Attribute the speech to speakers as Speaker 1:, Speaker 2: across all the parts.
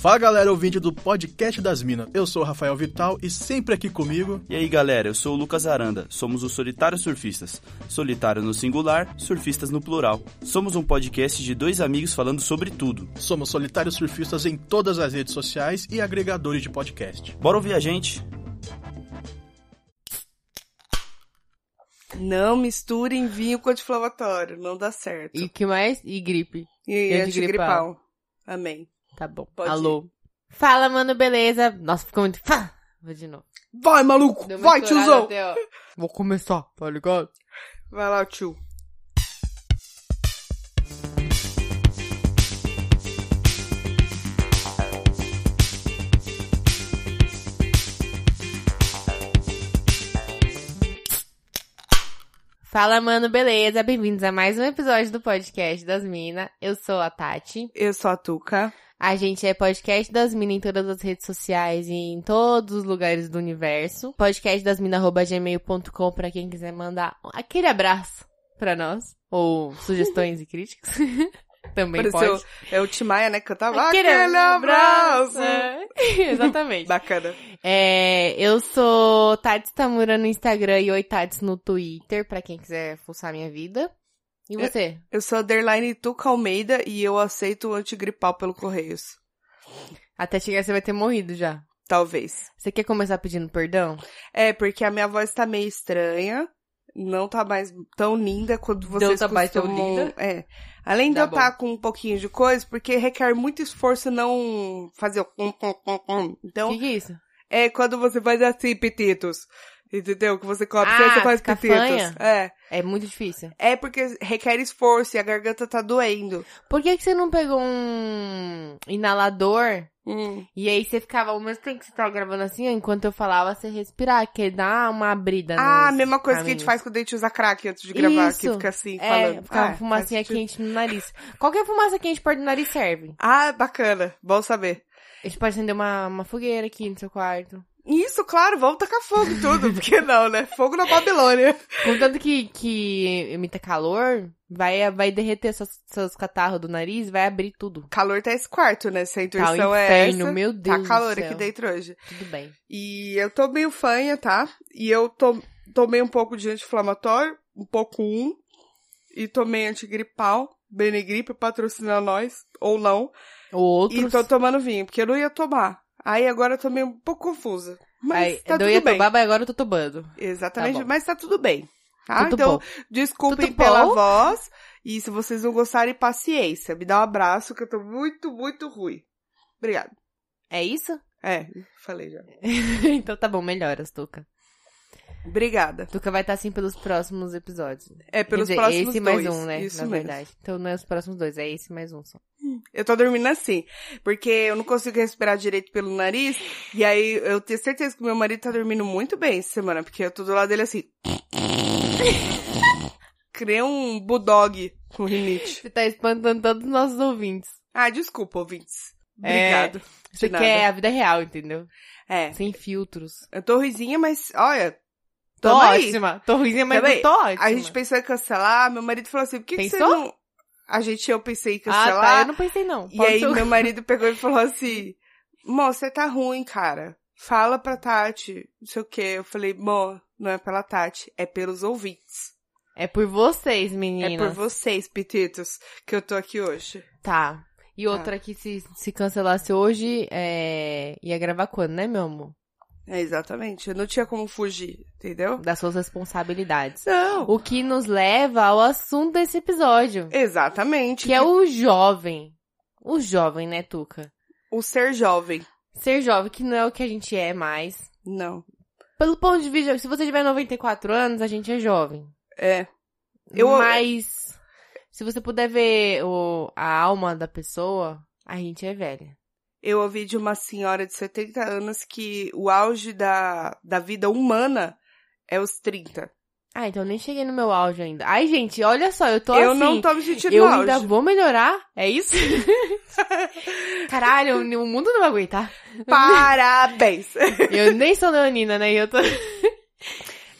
Speaker 1: Fala galera, ouvinte do podcast das Minas. Eu sou o Rafael Vital e sempre aqui comigo.
Speaker 2: E aí galera, eu sou o Lucas Aranda, somos os Solitários Surfistas. Solitário no singular, surfistas no plural. Somos um podcast de dois amigos falando sobre tudo.
Speaker 1: Somos solitários surfistas em todas as redes sociais e agregadores de podcast.
Speaker 2: Bora ouvir a gente?
Speaker 3: Não misturem vinho com anti-inflamatório, não dá certo.
Speaker 4: E que mais? E gripe.
Speaker 3: E,
Speaker 4: e antigripal.
Speaker 3: antigripal. Amém.
Speaker 4: Tá bom.
Speaker 3: Pode
Speaker 4: Alô. Fala, mano, beleza? Nossa, ficou muito. Fá! Vou de novo.
Speaker 3: Vai, maluco!
Speaker 4: Deu uma
Speaker 3: Vai,
Speaker 4: estourada
Speaker 3: tiozão!
Speaker 4: até, ó. Vou começar, tá ligado?
Speaker 3: Vai lá, tio.
Speaker 4: Fala, mano, beleza? Bem-vindos a mais um episódio do podcast das Minas. Eu sou a Tati.
Speaker 3: Eu sou a Tuca.
Speaker 4: A gente é podcast das Minas em todas as redes sociais e em todos os lugares do universo. Podcast das gmail.com pra quem quiser mandar um- aquele abraço pra nós. Ou sugestões e críticas. Também
Speaker 3: Pareceu-
Speaker 4: pode.
Speaker 3: É o Timaya, né? Que Cantava aquele abraço.
Speaker 4: É, Exatamente.
Speaker 3: Bacana.
Speaker 4: É, eu sou Tati Tamura no Instagram e Oi Tats no Twitter, pra quem quiser fuçar minha vida. E você?
Speaker 3: Eu sou a Derline Tuca Almeida e eu aceito o antigripal pelo Correios.
Speaker 4: Até chegar você vai ter morrido já.
Speaker 3: Talvez.
Speaker 4: Você quer começar pedindo perdão?
Speaker 3: É, porque a minha voz tá meio estranha. Não tá mais tão linda quando vocês
Speaker 4: tá mais tão
Speaker 3: costumam-
Speaker 4: linda?
Speaker 3: É. Além de
Speaker 4: Tá
Speaker 3: eu estar com um pouquinho de coisa, porque requer muito esforço não fazer o... cum, cum, cum, cum.
Speaker 4: O
Speaker 3: Então,
Speaker 4: que, que é isso?
Speaker 3: É quando você faz assim, petitos. Entendeu? Que você come,
Speaker 4: Ah,
Speaker 3: ah, você faz
Speaker 4: fica
Speaker 3: petitos.
Speaker 4: fanha?
Speaker 3: É.
Speaker 4: É muito difícil.
Speaker 3: É porque requer esforço e a garganta tá doendo.
Speaker 4: Por que, que você não pegou um inalador e aí você ficava ao mesmo tempo que você tava gravando assim, ó, enquanto eu falava, você respirar, que dá uma abrida
Speaker 3: Ah, a
Speaker 4: nos
Speaker 3: mesma coisa que a gente
Speaker 4: caminhos.
Speaker 3: faz quando a gente usa crack antes de gravar, que
Speaker 4: Isso.
Speaker 3: fica assim,
Speaker 4: É,
Speaker 3: falando.
Speaker 4: fica uma
Speaker 3: Ah,
Speaker 4: fumacinha
Speaker 3: faz sentido.
Speaker 4: quente no nariz. Qualquer fumaça quente perto do nariz serve.
Speaker 3: Ah, bacana. Bom saber.
Speaker 4: A gente pode acender uma, uma fogueira aqui no seu quarto.
Speaker 3: Isso, claro, vamos tacar fogo em tudo. Por que não, né? Fogo na Babilônia.
Speaker 4: Contanto que, que emita calor, vai, vai derreter seus, seus catarros do nariz, vai abrir tudo.
Speaker 3: Calor tá esse quarto, né? Se a
Speaker 4: Tá o
Speaker 3: intuição é
Speaker 4: inferno,
Speaker 3: essa.
Speaker 4: meu Deus
Speaker 3: tá calor
Speaker 4: do céu.
Speaker 3: aqui dentro hoje.
Speaker 4: Tudo bem.
Speaker 3: E eu tô meio fanha, tá? E eu to- tomei um pouco de anti-inflamatório, um pouco um. E tomei antigripal, Benegripe patrocina nós, ou não.
Speaker 4: O outro...
Speaker 3: E tô tomando vinho, porque Então eu não ia tomar. Aí agora eu tô meio um pouco confusa. Mas
Speaker 4: Aí,
Speaker 3: tá
Speaker 4: eu
Speaker 3: tudo
Speaker 4: ia
Speaker 3: bem.
Speaker 4: tomar, mas agora eu tô tomando.
Speaker 3: Exatamente,
Speaker 4: Tá bom.
Speaker 3: mas tá tudo bem. Tá?
Speaker 4: Tudo
Speaker 3: então,
Speaker 4: bom.
Speaker 3: desculpem
Speaker 4: Tudo
Speaker 3: pela
Speaker 4: bom.
Speaker 3: voz. E se vocês não gostarem, paciência. Me dá um abraço, que eu tô muito, muito ruim. Obrigada.
Speaker 4: É isso?
Speaker 3: É, falei já.
Speaker 4: então tá bom, melhoras, Tuca.
Speaker 3: Obrigada.
Speaker 4: Tuca vai estar assim pelos próximos episódios.
Speaker 3: É, pelos
Speaker 4: Quer dizer,
Speaker 3: próximos
Speaker 4: esse
Speaker 3: dois.
Speaker 4: mais um, né?
Speaker 3: Isso
Speaker 4: na
Speaker 3: mesmo.
Speaker 4: verdade. Então não é os próximos dois, é esse mais um só.
Speaker 3: Eu tô dormindo assim, porque eu não consigo respirar direito pelo nariz, e aí eu tenho certeza que meu marido tá dormindo muito bem essa semana, porque eu tô do lado dele assim. Criei um bulldog com rinite.
Speaker 4: Você tá espantando todos os nossos ouvintes.
Speaker 3: Ah, desculpa, ouvintes.
Speaker 4: É,
Speaker 3: Obrigado.
Speaker 4: Isso
Speaker 3: De
Speaker 4: aqui é
Speaker 3: nada.
Speaker 4: a vida real, entendeu?
Speaker 3: É,
Speaker 4: Sem filtros.
Speaker 3: eu tô ruizinha, É mas olha,
Speaker 4: Tô
Speaker 3: tamo aí.
Speaker 4: ótima. Tô ruimzinha, mas
Speaker 3: Tamo aí.
Speaker 4: eu tô ótima.
Speaker 3: A gente pensou em cancelar, meu marido falou assim, por que, que você
Speaker 4: Pensou?
Speaker 3: não... A gente, eu pensei em
Speaker 4: Ah,
Speaker 3: cancelar,
Speaker 4: tá. Eu não pensei, não.
Speaker 3: E
Speaker 4: Pode
Speaker 3: aí
Speaker 4: ser o-
Speaker 3: meu marido pegou e falou assim: Mô, você tá ruim, cara. Fala pra Tati, não sei o quê. Eu falei, Mô, não é pela Tati, é pelos ouvintes.
Speaker 4: É por vocês, meninas.
Speaker 3: É por vocês, petitos, que eu tô aqui hoje.
Speaker 4: Tá. E outra que se, se cancelasse hoje, é... ia gravar quando, né, meu amor?
Speaker 3: É, exatamente. Eu não tinha como fugir, entendeu?
Speaker 4: Das suas responsabilidades.
Speaker 3: Não.
Speaker 4: O que nos leva ao assunto desse episódio.
Speaker 3: Exatamente.
Speaker 4: Que é o jovem. O jovem, né, Tuca?
Speaker 3: o ser jovem.
Speaker 4: Ser jovem, que não é o que a gente é mais.
Speaker 3: Não.
Speaker 4: Pelo ponto de vista, se você tiver 94 anos, a gente é jovem.
Speaker 3: É. Eu-
Speaker 4: Mas se você puder ver o, a alma da pessoa, a gente é velha.
Speaker 3: Eu ouvi de uma senhora de 70 anos que o auge da, da vida humana é os 30.
Speaker 4: Ah, então eu nem cheguei no meu auge ainda. Ai, gente, olha só, eu tô
Speaker 3: eu
Speaker 4: assim.
Speaker 3: não tô me sentindo
Speaker 4: eu
Speaker 3: no auge.
Speaker 4: ainda vou melhorar? É isso? Caralho, o mundo não vai aguentar.
Speaker 3: Parabéns!
Speaker 4: Eu nem sou leonina, né? E Eu tô...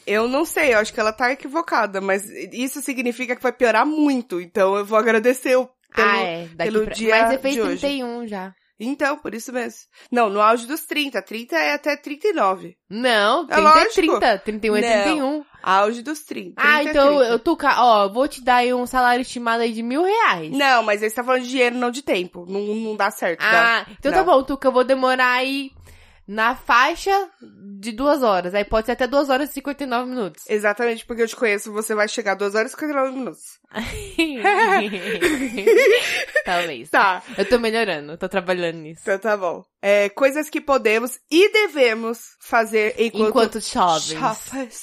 Speaker 3: Eu não sei, eu acho que ela tá equivocada, mas isso significa que vai piorar muito, então eu vou agradecer o pelo...
Speaker 4: ah, é. Daqui
Speaker 3: pelo
Speaker 4: pra...
Speaker 3: dia
Speaker 4: Mas você fez
Speaker 3: de hoje.
Speaker 4: 31 já.
Speaker 3: Então, por isso mesmo. Não, no auge dos 30. 30 é até 39.
Speaker 4: Não,
Speaker 3: É
Speaker 4: 30 é,
Speaker 3: lógico.
Speaker 4: 30, 31 é
Speaker 3: Não.
Speaker 4: 31.
Speaker 3: Auge dos 30.
Speaker 4: Ah,
Speaker 3: 30 é
Speaker 4: então
Speaker 3: 30.
Speaker 4: eu tô. ca- Ó, vou te dar aí um salário estimado aí de mil reais.
Speaker 3: Não, mas aí você tá falando de dinheiro, não de tempo. Não, não dá certo. não.
Speaker 4: Ah, então
Speaker 3: não.
Speaker 4: tá bom, Tuca, eu vou demorar aí na faixa de duas horas. Aí pode ser até duas horas e 59 minutos.
Speaker 3: Exatamente, porque eu te conheço, você vai chegar 2 horas e 59 minutos.
Speaker 4: Talvez.
Speaker 3: Tá.
Speaker 4: Eu tô melhorando, tô trabalhando nisso.
Speaker 3: Então tá bom. É, coisas que podemos e devemos fazer enquanto...
Speaker 4: Enquanto jovens.
Speaker 3: Chafes.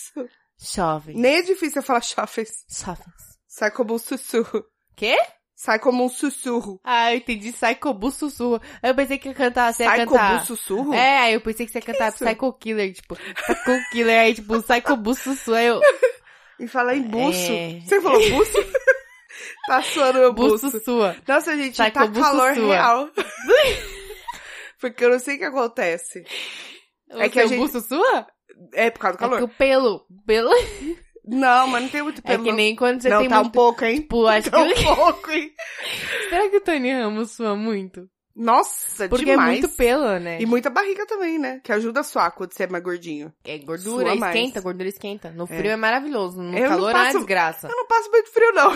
Speaker 4: Jovens.
Speaker 3: Nem é difícil eu falar chafes.
Speaker 4: Jovens.
Speaker 3: Sai como um sussurro.
Speaker 4: Quê?
Speaker 3: Sai como um sussurro.
Speaker 4: Ah, eu entendi. Psychobu sussurro. Eu pensei que ia cantar, você ia
Speaker 3: Sai como um
Speaker 4: cantar.
Speaker 3: sussurro?
Speaker 4: É, aí eu pensei que você ia cantar
Speaker 3: isso?
Speaker 4: Psycho Killer, tipo, Psycho Killer, aí tipo, Psycho Bu sussurro. Aí eu,
Speaker 3: E falar em buço.
Speaker 4: É.
Speaker 3: Você falou buço? tá suando meu
Speaker 4: Bu
Speaker 3: buço.
Speaker 4: sussurra.
Speaker 3: Nossa, gente,
Speaker 4: Sai um
Speaker 3: tá
Speaker 4: com buço
Speaker 3: calor
Speaker 4: sua.
Speaker 3: real. Porque eu não sei o que acontece.
Speaker 4: É que a gente... Bu sussurra?
Speaker 3: É por causa do
Speaker 4: É que
Speaker 3: calor?
Speaker 4: o pelo, pelo...
Speaker 3: Não, mas não tem muito
Speaker 4: É
Speaker 3: pelo.
Speaker 4: que nem quando você
Speaker 3: Não,
Speaker 4: tem
Speaker 3: tá um
Speaker 4: muito...
Speaker 3: pouco, hein?
Speaker 4: Tipo, acho
Speaker 3: Tá um
Speaker 4: que...
Speaker 3: pouco, hein?
Speaker 4: Será que o Tony Ramos sua muito?
Speaker 3: Nossa,
Speaker 4: Porque
Speaker 3: demais.
Speaker 4: é muito pelo, né?
Speaker 3: E muita barriga também, né? Que ajuda a suar quando você é mais gordinho.
Speaker 4: É gordura,
Speaker 3: Sua mais.
Speaker 4: esquenta, gordura esquenta. No frio é, maravilhoso, no
Speaker 3: Eu não
Speaker 4: calor é uma
Speaker 3: passo-
Speaker 4: desgraça.
Speaker 3: Eu não passo muito frio, não.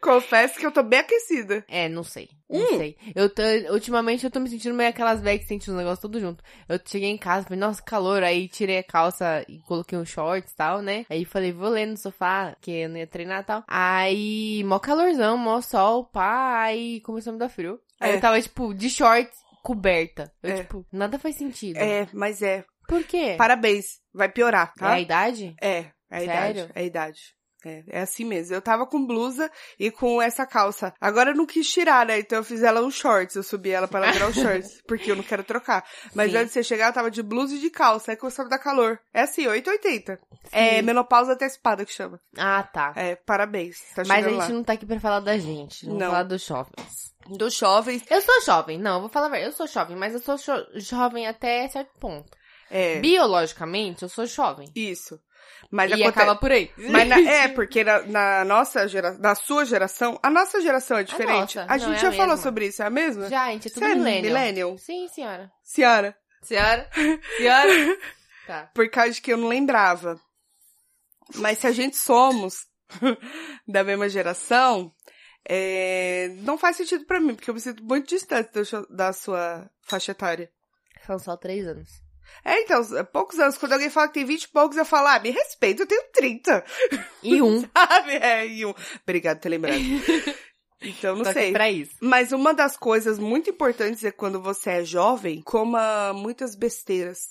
Speaker 3: Confesso que eu tô bem aquecida.
Speaker 4: É, não sei. Não
Speaker 3: Hum.
Speaker 4: sei. Eu tô, ultimamente eu tô me sentindo meio aquelas velhas que sentem os negócios tudo junto. Eu cheguei em casa, falei, nossa, que calor. Aí tirei a calça e coloquei um shorts e tal, né? Aí falei, vou ler no sofá, que eu não ia treinar e tal. Aí, mó calorzão, mó sol, pá, aí começou a me dar frio. Aí
Speaker 3: É.
Speaker 4: eu tava, tipo, de shorts coberta. Eu,
Speaker 3: É.
Speaker 4: tipo, nada faz sentido.
Speaker 3: É, mas é.
Speaker 4: Por quê?
Speaker 3: Parabéns. Vai piorar,
Speaker 4: É a
Speaker 3: tá?
Speaker 4: idade?
Speaker 3: É, é a
Speaker 4: Sério?
Speaker 3: idade. É a idade. É, é assim mesmo. Eu tava com blusa e com essa calça. Agora eu não quis tirar, né? Então eu fiz ela um shorts. Eu subi ela pra ela virar um shorts. Porque eu não quero trocar. Mas
Speaker 4: Sim.
Speaker 3: antes de você chegar, eu tava de blusa e de calça. Aí começou a me dar calor. É assim, 880. É
Speaker 4: Sim.
Speaker 3: menopausa antecipada que chama.
Speaker 4: Ah, tá.
Speaker 3: É, parabéns. Tá
Speaker 4: Mas a
Speaker 3: chegando
Speaker 4: gente
Speaker 3: lá.
Speaker 4: não tá aqui pra falar da gente. Vamos
Speaker 3: Não.
Speaker 4: falar dos jovens.
Speaker 3: Dos jovens.
Speaker 4: Eu sou jovem, não, vou falar a verdade. Eu sou jovem, mas eu sou jo- jovem até certo ponto.
Speaker 3: É,
Speaker 4: Biologicamente, eu sou jovem.
Speaker 3: isso. Mas
Speaker 4: e
Speaker 3: acontece...
Speaker 4: acaba por aí.
Speaker 3: Mas na- é, porque na, na nossa geração, na sua geração, a nossa geração é diferente. A,
Speaker 4: nossa, não,
Speaker 3: gente
Speaker 4: é
Speaker 3: já
Speaker 4: a
Speaker 3: falou
Speaker 4: mesma.
Speaker 3: sobre isso, é a mesma?
Speaker 4: Já, a gente é
Speaker 3: Você
Speaker 4: tudo
Speaker 3: é
Speaker 4: millennial.
Speaker 3: millennial?
Speaker 4: Sim, senhora.
Speaker 3: Senhora,
Speaker 4: Senhora? Senhora? tá.
Speaker 3: por causa de que eu não lembrava. Mas se a gente somos da mesma geração, é, não faz sentido pra mim, porque eu me sinto muito distante do seu- da sua faixa etária.
Speaker 4: São só três anos.
Speaker 3: É, então, é poucos anos, quando alguém fala que tem 20 e poucos, eu falo, ah, me respeita, eu tenho 30.
Speaker 4: E um.
Speaker 3: Sabe? É, e um. Obrigado por ter lembrado. Então, não
Speaker 4: Tô aqui
Speaker 3: sei.
Speaker 4: Pra isso.
Speaker 3: Mas uma das coisas muito importantes é quando você é jovem, coma muitas besteiras.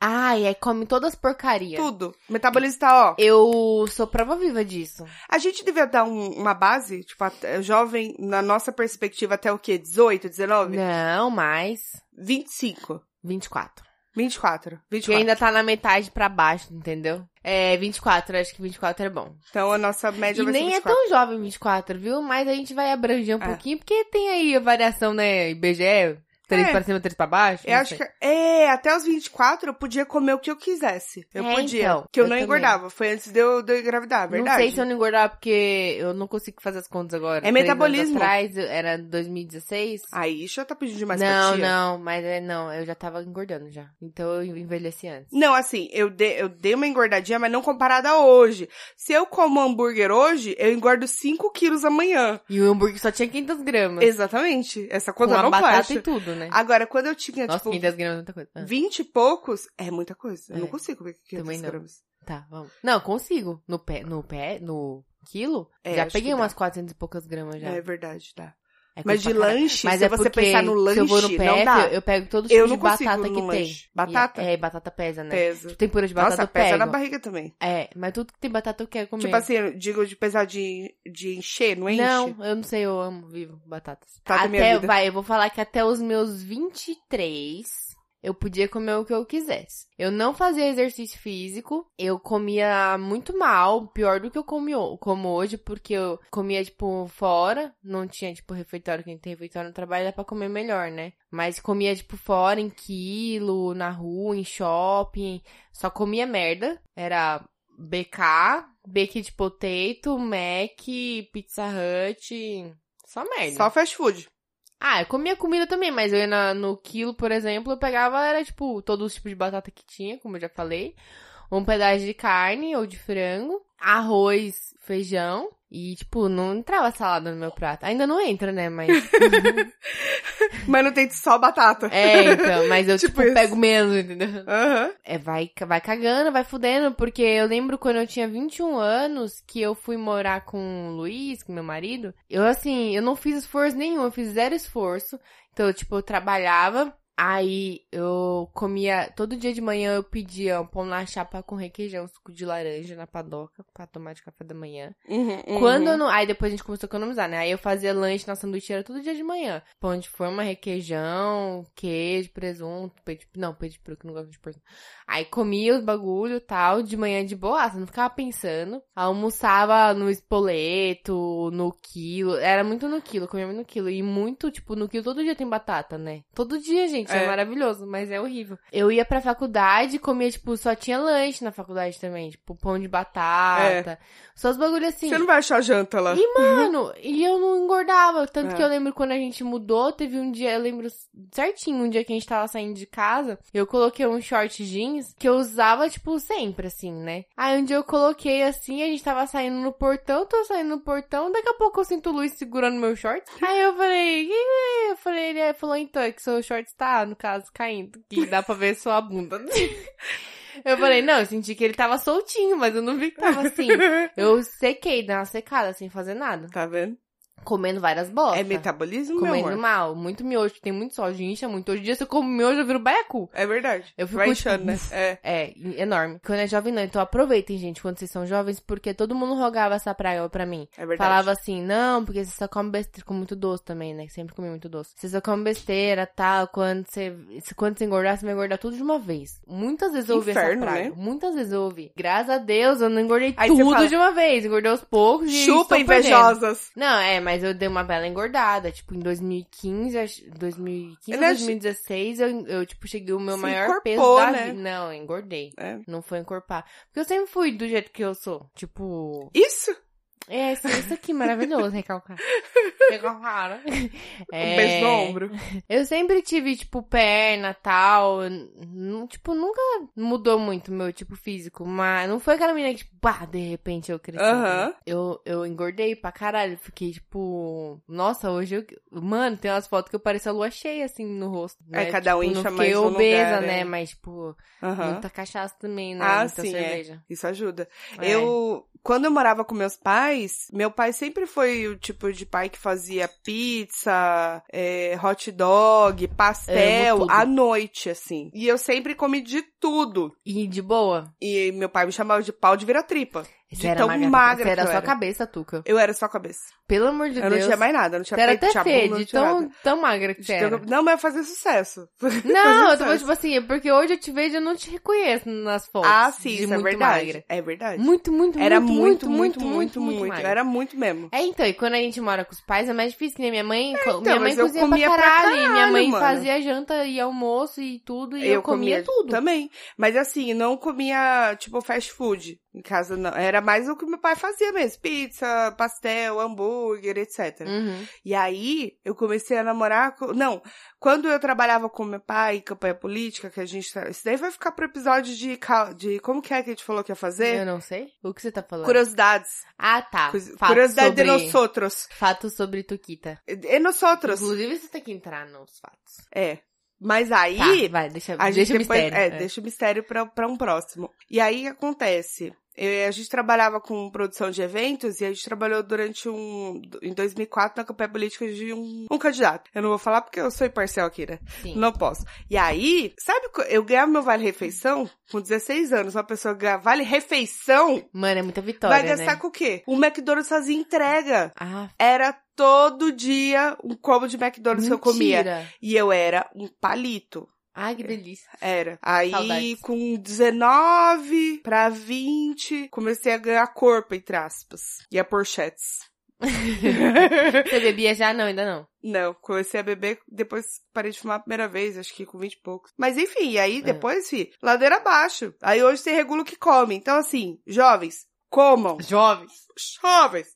Speaker 4: Ai, aí come todas as porcarias.
Speaker 3: Tudo. O metabolismo tá, ó.
Speaker 4: Eu sou prova viva disso.
Speaker 3: A gente devia dar um- uma base, tipo, até- jovem, na nossa perspectiva, até o quê? 18, 19?
Speaker 4: Não, mais
Speaker 3: 25.
Speaker 4: 24.
Speaker 3: 24.
Speaker 4: Que
Speaker 3: 24.
Speaker 4: ainda tá na metade pra baixo, entendeu? É, 24, acho que 24 é bom.
Speaker 3: Então a nossa média
Speaker 4: E
Speaker 3: vai
Speaker 4: nem
Speaker 3: ser
Speaker 4: é
Speaker 3: 24.
Speaker 4: tão jovem 24, viu? Mas a gente vai abranger um
Speaker 3: É.
Speaker 4: pouquinho, porque tem aí a variação, né? IBGE, 3
Speaker 3: É.
Speaker 4: pra cima, 3 pra baixo.
Speaker 3: Eu acho que. É, até os 24 eu podia comer o que eu quisesse. Eu
Speaker 4: É,
Speaker 3: podia.
Speaker 4: então,
Speaker 3: que eu,
Speaker 4: eu
Speaker 3: não
Speaker 4: também.
Speaker 3: engordava. Foi antes de eu, de eu engravidar, é
Speaker 4: Não
Speaker 3: verdade?
Speaker 4: sei se eu não engordava, porque eu não consigo fazer as contas agora.
Speaker 3: É
Speaker 4: Três
Speaker 3: metabolismo.
Speaker 4: anos Atrás, eu- era 2016.
Speaker 3: Aí já tá pedindo demais pra
Speaker 4: não,
Speaker 3: tia.
Speaker 4: não, mas é, não, eu já tava engordando já. Então eu envelheci antes.
Speaker 3: Não, assim, eu, dei- eu dei uma engordadinha, mas não comparada a hoje. Se eu como hambúrguer hoje, eu engordo 5 quilos amanhã.
Speaker 4: E o hambúrguer só tinha 500 gramas.
Speaker 3: Exatamente. Essa
Speaker 4: Com
Speaker 3: conta
Speaker 4: a
Speaker 3: não
Speaker 4: batata
Speaker 3: baixa.
Speaker 4: e tudo, né?
Speaker 3: Agora, quando eu tinha,
Speaker 4: Nossa,
Speaker 3: tipo,
Speaker 4: 500 gramas é muita coisa. Ah,
Speaker 3: 20 e poucos, é muita coisa. Eu não
Speaker 4: É.
Speaker 3: consigo comer 500
Speaker 4: Também não.
Speaker 3: gramas.
Speaker 4: tá, vamos. Não, consigo. No pé, no pé, no quilo,
Speaker 3: É,
Speaker 4: já
Speaker 3: acho que
Speaker 4: peguei
Speaker 3: dá.
Speaker 4: umas 400 e poucas gramas já.
Speaker 3: É verdade, dá.
Speaker 4: É coisa
Speaker 3: Mas de
Speaker 4: pra caralho.
Speaker 3: lanche,
Speaker 4: Mas
Speaker 3: se
Speaker 4: é
Speaker 3: você
Speaker 4: porque
Speaker 3: pensar no lanche,
Speaker 4: se eu vou no PF,
Speaker 3: não dá.
Speaker 4: Eu, eu pego todo
Speaker 3: Eu
Speaker 4: tipo
Speaker 3: não
Speaker 4: de batata
Speaker 3: consigo
Speaker 4: que
Speaker 3: no
Speaker 4: tem.
Speaker 3: lanche. Batata?
Speaker 4: E É, e batata pesa, né?
Speaker 3: Pesa.
Speaker 4: Tipo, Tempura de batata
Speaker 3: Nossa,
Speaker 4: eu
Speaker 3: pesa
Speaker 4: pego.
Speaker 3: na barriga também.
Speaker 4: É, mas tudo que tem batata eu quero comer.
Speaker 3: Tipo assim, eu digo de pesar de, de encher, não enche?
Speaker 4: não, eu não sei, eu amo vivo batatas.
Speaker 3: Tá com minha
Speaker 4: até,
Speaker 3: vida.
Speaker 4: vai, eu vou falar que até os meus 23, eu podia comer o que eu quisesse. Eu não fazia exercício físico, eu comia muito mal, pior do que eu comi, ho- como hoje, porque eu comia, tipo, fora, não tinha, tipo, refeitório, quem tem refeitório no trabalho dá pra comer melhor, né? Mas comia, tipo, fora, em quilo, na rua, em shopping, só comia merda, era BK, baked potato, Mac, Pizza Hut, só merda.
Speaker 3: Só fast food.
Speaker 4: Ah, eu comia comida também, mas eu ia na- no quilo, por exemplo, eu pegava, era tipo, todos os tipos de batata que tinha, como eu já falei. Um pedaço de carne ou de frango, arroz, feijão. E, tipo, não entrava salada no meu prato. Ainda não entra, né? Mas.
Speaker 3: Mas não tem só batata.
Speaker 4: É, então, mas eu,
Speaker 3: Tipo
Speaker 4: tipo
Speaker 3: isso.
Speaker 4: pego menos, entendeu?
Speaker 3: Aham.
Speaker 4: É, vai, vai cagando, vai fudendo, porque eu lembro quando eu tinha 21 anos que eu fui morar com o Luiz, com meu marido. Eu, assim, eu não fiz esforço nenhum, eu fiz zero esforço. Então, tipo, eu trabalhava, aí eu comia. Todo dia de manhã eu pedia um pão na chapa com requeijão, suco de laranja na padoca pra tomar de café da manhã.
Speaker 3: Uhum, uhum.
Speaker 4: Quando eu não. Aí depois a gente começou a economizar, né? Aí eu fazia lanche na sanduicheira todo dia de manhã. Pão de forma, requeijão, queijo, presunto, peito de... Não, peito de peru, que eu não gosto de presunto. Aí comia os bagulho e tal, de manhã de boaça, não ficava pensando. Almoçava no espoleto, no quilo. Era muito no quilo, comia muito no quilo. E muito, tipo, no quilo todo dia tem batata, né? Todo dia, gente. É,
Speaker 3: É.
Speaker 4: maravilhoso, mas é horrível. Eu ia pra faculdade, comia, tipo, só tinha lanche na faculdade também. Tipo, pão de batata. Só os bagulhos assim.
Speaker 3: É. Você não vai achar janta lá.
Speaker 4: E, mano, e eu não engordava. Tanto
Speaker 3: É.
Speaker 4: que eu lembro quando a gente mudou, teve um dia, eu lembro certinho, um dia que a gente tava saindo de casa, eu coloquei um short jeans que eu usava, tipo, sempre, assim, né? Aí um dia eu coloquei assim, a gente tava saindo no portão, tô saindo no portão, daqui a pouco eu sinto o Luiz segurando meu short. Aí eu falei, "Ih, ih", eu falei, ele falou, então, é que seu short tá, no caso, caindo, que dá pra ver sua bunda. Eu falei, não, eu senti que ele tava soltinho, mas eu não vi que tava assim. Eu sequei, dei uma secada sem fazer nada.
Speaker 3: Tá vendo?
Speaker 4: Comendo várias bolas.
Speaker 3: É metabolismo, meu
Speaker 4: Comendo
Speaker 3: amor.
Speaker 4: mal. Muito miojo. Tem muito sol, incha muito. Hoje em dia, se eu como miojo, eu viro baiacu.
Speaker 3: É verdade.
Speaker 4: Eu fico,
Speaker 3: Vai
Speaker 4: tipo,
Speaker 3: inchando, né? É.
Speaker 4: É, enorme. Quando é jovem, não. Então aproveitem, gente, quando vocês são jovens, porque todo mundo rogava essa praia pra mim.
Speaker 3: É verdade.
Speaker 4: Falava assim, não, porque você só come besteira, com muito doce também, né? Sempre comi muito doce. Você só come besteira, tal, quando você, se- quando você engordar, você vai engordar tudo de uma vez. Muitas vezes eu ouvi
Speaker 3: Inferno,
Speaker 4: essa praga.
Speaker 3: né?
Speaker 4: Muitas vezes eu ouvi. Graças a Deus, eu não engordei
Speaker 3: Aí você
Speaker 4: tudo
Speaker 3: fala-
Speaker 4: de uma vez. Engordei aos poucos e estou
Speaker 3: Chupa,
Speaker 4: perdendo.
Speaker 3: invejosas.
Speaker 4: Não, é, mas eu dei uma bela engordada. Tipo, em 2015, acho- 2015,
Speaker 3: Ele é-
Speaker 4: 2016, eu, eu, tipo, cheguei o meu
Speaker 3: Se
Speaker 4: maior peso
Speaker 3: encorpou,
Speaker 4: da
Speaker 3: né?
Speaker 4: vida. Não, eu engordei.
Speaker 3: É.
Speaker 4: Não foi encorpar. Porque eu sempre fui do jeito que eu sou. Tipo,
Speaker 3: Isso.
Speaker 4: é isso, isso aqui, maravilhoso, recalcar. Recalcar. né?
Speaker 3: Um beijo no ombro.
Speaker 4: Eu sempre tive, tipo, perna tal. n- n- Tipo, nunca mudou muito o meu tipo físico. Mas não foi aquela menina que, tipo, pá, de repente eu cresci. né?
Speaker 3: Aham.
Speaker 4: eu, eu engordei pra caralho. Fiquei, tipo. Nossa, hoje eu. Mano, tem umas fotos que eu pareço a lua cheia, assim, no rosto.
Speaker 3: É, cada um
Speaker 4: tipo,
Speaker 3: incha
Speaker 4: não fiquei
Speaker 3: mais um
Speaker 4: obesa,
Speaker 3: lugar,
Speaker 4: né?
Speaker 3: é.
Speaker 4: Mas, tipo,
Speaker 3: Aham.
Speaker 4: muita cachaça também, né?
Speaker 3: Ah,
Speaker 4: muita
Speaker 3: sim, é.
Speaker 4: cerveja.
Speaker 3: Isso ajuda.
Speaker 4: É.
Speaker 3: Eu, quando eu morava com meus pais, meu pai sempre foi o tipo de pai que fazia pizza, é, hot dog,
Speaker 4: Amo
Speaker 3: pastel,
Speaker 4: tudo.
Speaker 3: à noite, assim. E eu sempre comi de tudo.
Speaker 4: E de boa.
Speaker 3: E meu pai me chamava de pau de vira-tripa.
Speaker 4: Você
Speaker 3: De
Speaker 4: era
Speaker 3: tão
Speaker 4: magra,
Speaker 3: magra
Speaker 4: Você
Speaker 3: que
Speaker 4: era
Speaker 3: eu
Speaker 4: só
Speaker 3: era.
Speaker 4: cabeça, Tuca.
Speaker 3: Eu era só a cabeça.
Speaker 4: Pelo amor de
Speaker 3: eu
Speaker 4: Deus.
Speaker 3: não tinha mais nada, eu não tinha
Speaker 4: Você era
Speaker 3: peito,
Speaker 4: até
Speaker 3: tinha bunda,
Speaker 4: feia,
Speaker 3: não
Speaker 4: de
Speaker 3: tinha
Speaker 4: tão,
Speaker 3: nada.
Speaker 4: tão magra que você
Speaker 3: De
Speaker 4: era.
Speaker 3: tão- Não, mas eu fazia sucesso.
Speaker 4: Não, eu
Speaker 3: Fazia
Speaker 4: tô
Speaker 3: sucesso.
Speaker 4: tipo assim, é porque hoje eu te vejo e eu não te reconheço nas fotos.
Speaker 3: Ah, sim,
Speaker 4: de
Speaker 3: isso é
Speaker 4: muito
Speaker 3: verdade.
Speaker 4: magra.
Speaker 3: É verdade.
Speaker 4: Muito, muito,
Speaker 3: era
Speaker 4: muito, muito, muito, muito,
Speaker 3: Eu
Speaker 4: magra.
Speaker 3: era muito mesmo.
Speaker 4: É, então, e quando a gente mora com os pais é mais difícil, que nem minha mãe, co- minha mãe
Speaker 3: É, então, mas eu
Speaker 4: cozinha pra
Speaker 3: comia pra
Speaker 4: caralho, e minha
Speaker 3: caralho,
Speaker 4: mãe
Speaker 3: mano.
Speaker 4: fazia janta e almoço e tudo, e eu, comia, tudo.
Speaker 3: Também. Mas assim, não comia, tipo, fast food em casa, não. Era mais o que meu pai fazia mesmo. Pizza, pastel, hambúrguer, etc.
Speaker 4: Uhum.
Speaker 3: E aí, eu comecei a namorar com... Não, quando eu trabalhava com meu pai em campanha política, que a gente... tra- Isso daí vai ficar pro episódio de... cal- de... Como que é que a gente falou que ia
Speaker 4: Eu
Speaker 3: fazer?
Speaker 4: não sei. O que você tá falando?
Speaker 3: Curiosidades.
Speaker 4: Ah, tá.
Speaker 3: Cois-
Speaker 4: Fato
Speaker 3: Curiosidade
Speaker 4: sobre...
Speaker 3: de nós outros.
Speaker 4: Fato sobre Tuquita.
Speaker 3: E nós outros.
Speaker 4: Inclusive, você tem que entrar nos fatos.
Speaker 3: É. Mas aí...
Speaker 4: Tá, vai, deixa,
Speaker 3: A gente
Speaker 4: deixa o
Speaker 3: depois-
Speaker 4: mistério.
Speaker 3: É, deixa o mistério pra, pra um próximo. E aí o que acontece? Eu- a gente trabalhava com produção de eventos e a gente trabalhou durante um. em 2004 na campanha política de um, um candidato. Eu não vou falar porque eu sou imparcial aqui, né?
Speaker 4: Sim.
Speaker 3: Não posso. E aí, sabe, co- eu ganhava meu Vale Refeição com 16 anos. Uma pessoa ganha Vale Refeição
Speaker 4: Mano, é muita vitória,
Speaker 3: vai gastar
Speaker 4: né?
Speaker 3: com o quê? O McDonald's fazia entrega.
Speaker 4: Ah,
Speaker 3: Era todo dia um combo de McDonald's
Speaker 4: mentira.
Speaker 3: que eu comia. E eu era um palito.
Speaker 4: Ai, que delícia.
Speaker 3: Era. Aí,
Speaker 4: Saudades.
Speaker 3: com 19 pra 20, comecei a ganhar corpo, entre aspas. E a porchetes.
Speaker 4: Você bebia já? Não, ainda não.
Speaker 3: Não, comecei a beber, depois parei de fumar a primeira vez, acho que com 20 e poucos. Mas enfim, e
Speaker 4: É.
Speaker 3: aí depois, fi, ladeira abaixo. Aí hoje você regula o que come. Então, assim, jovens, comam.
Speaker 4: Jovens.
Speaker 3: Jovens,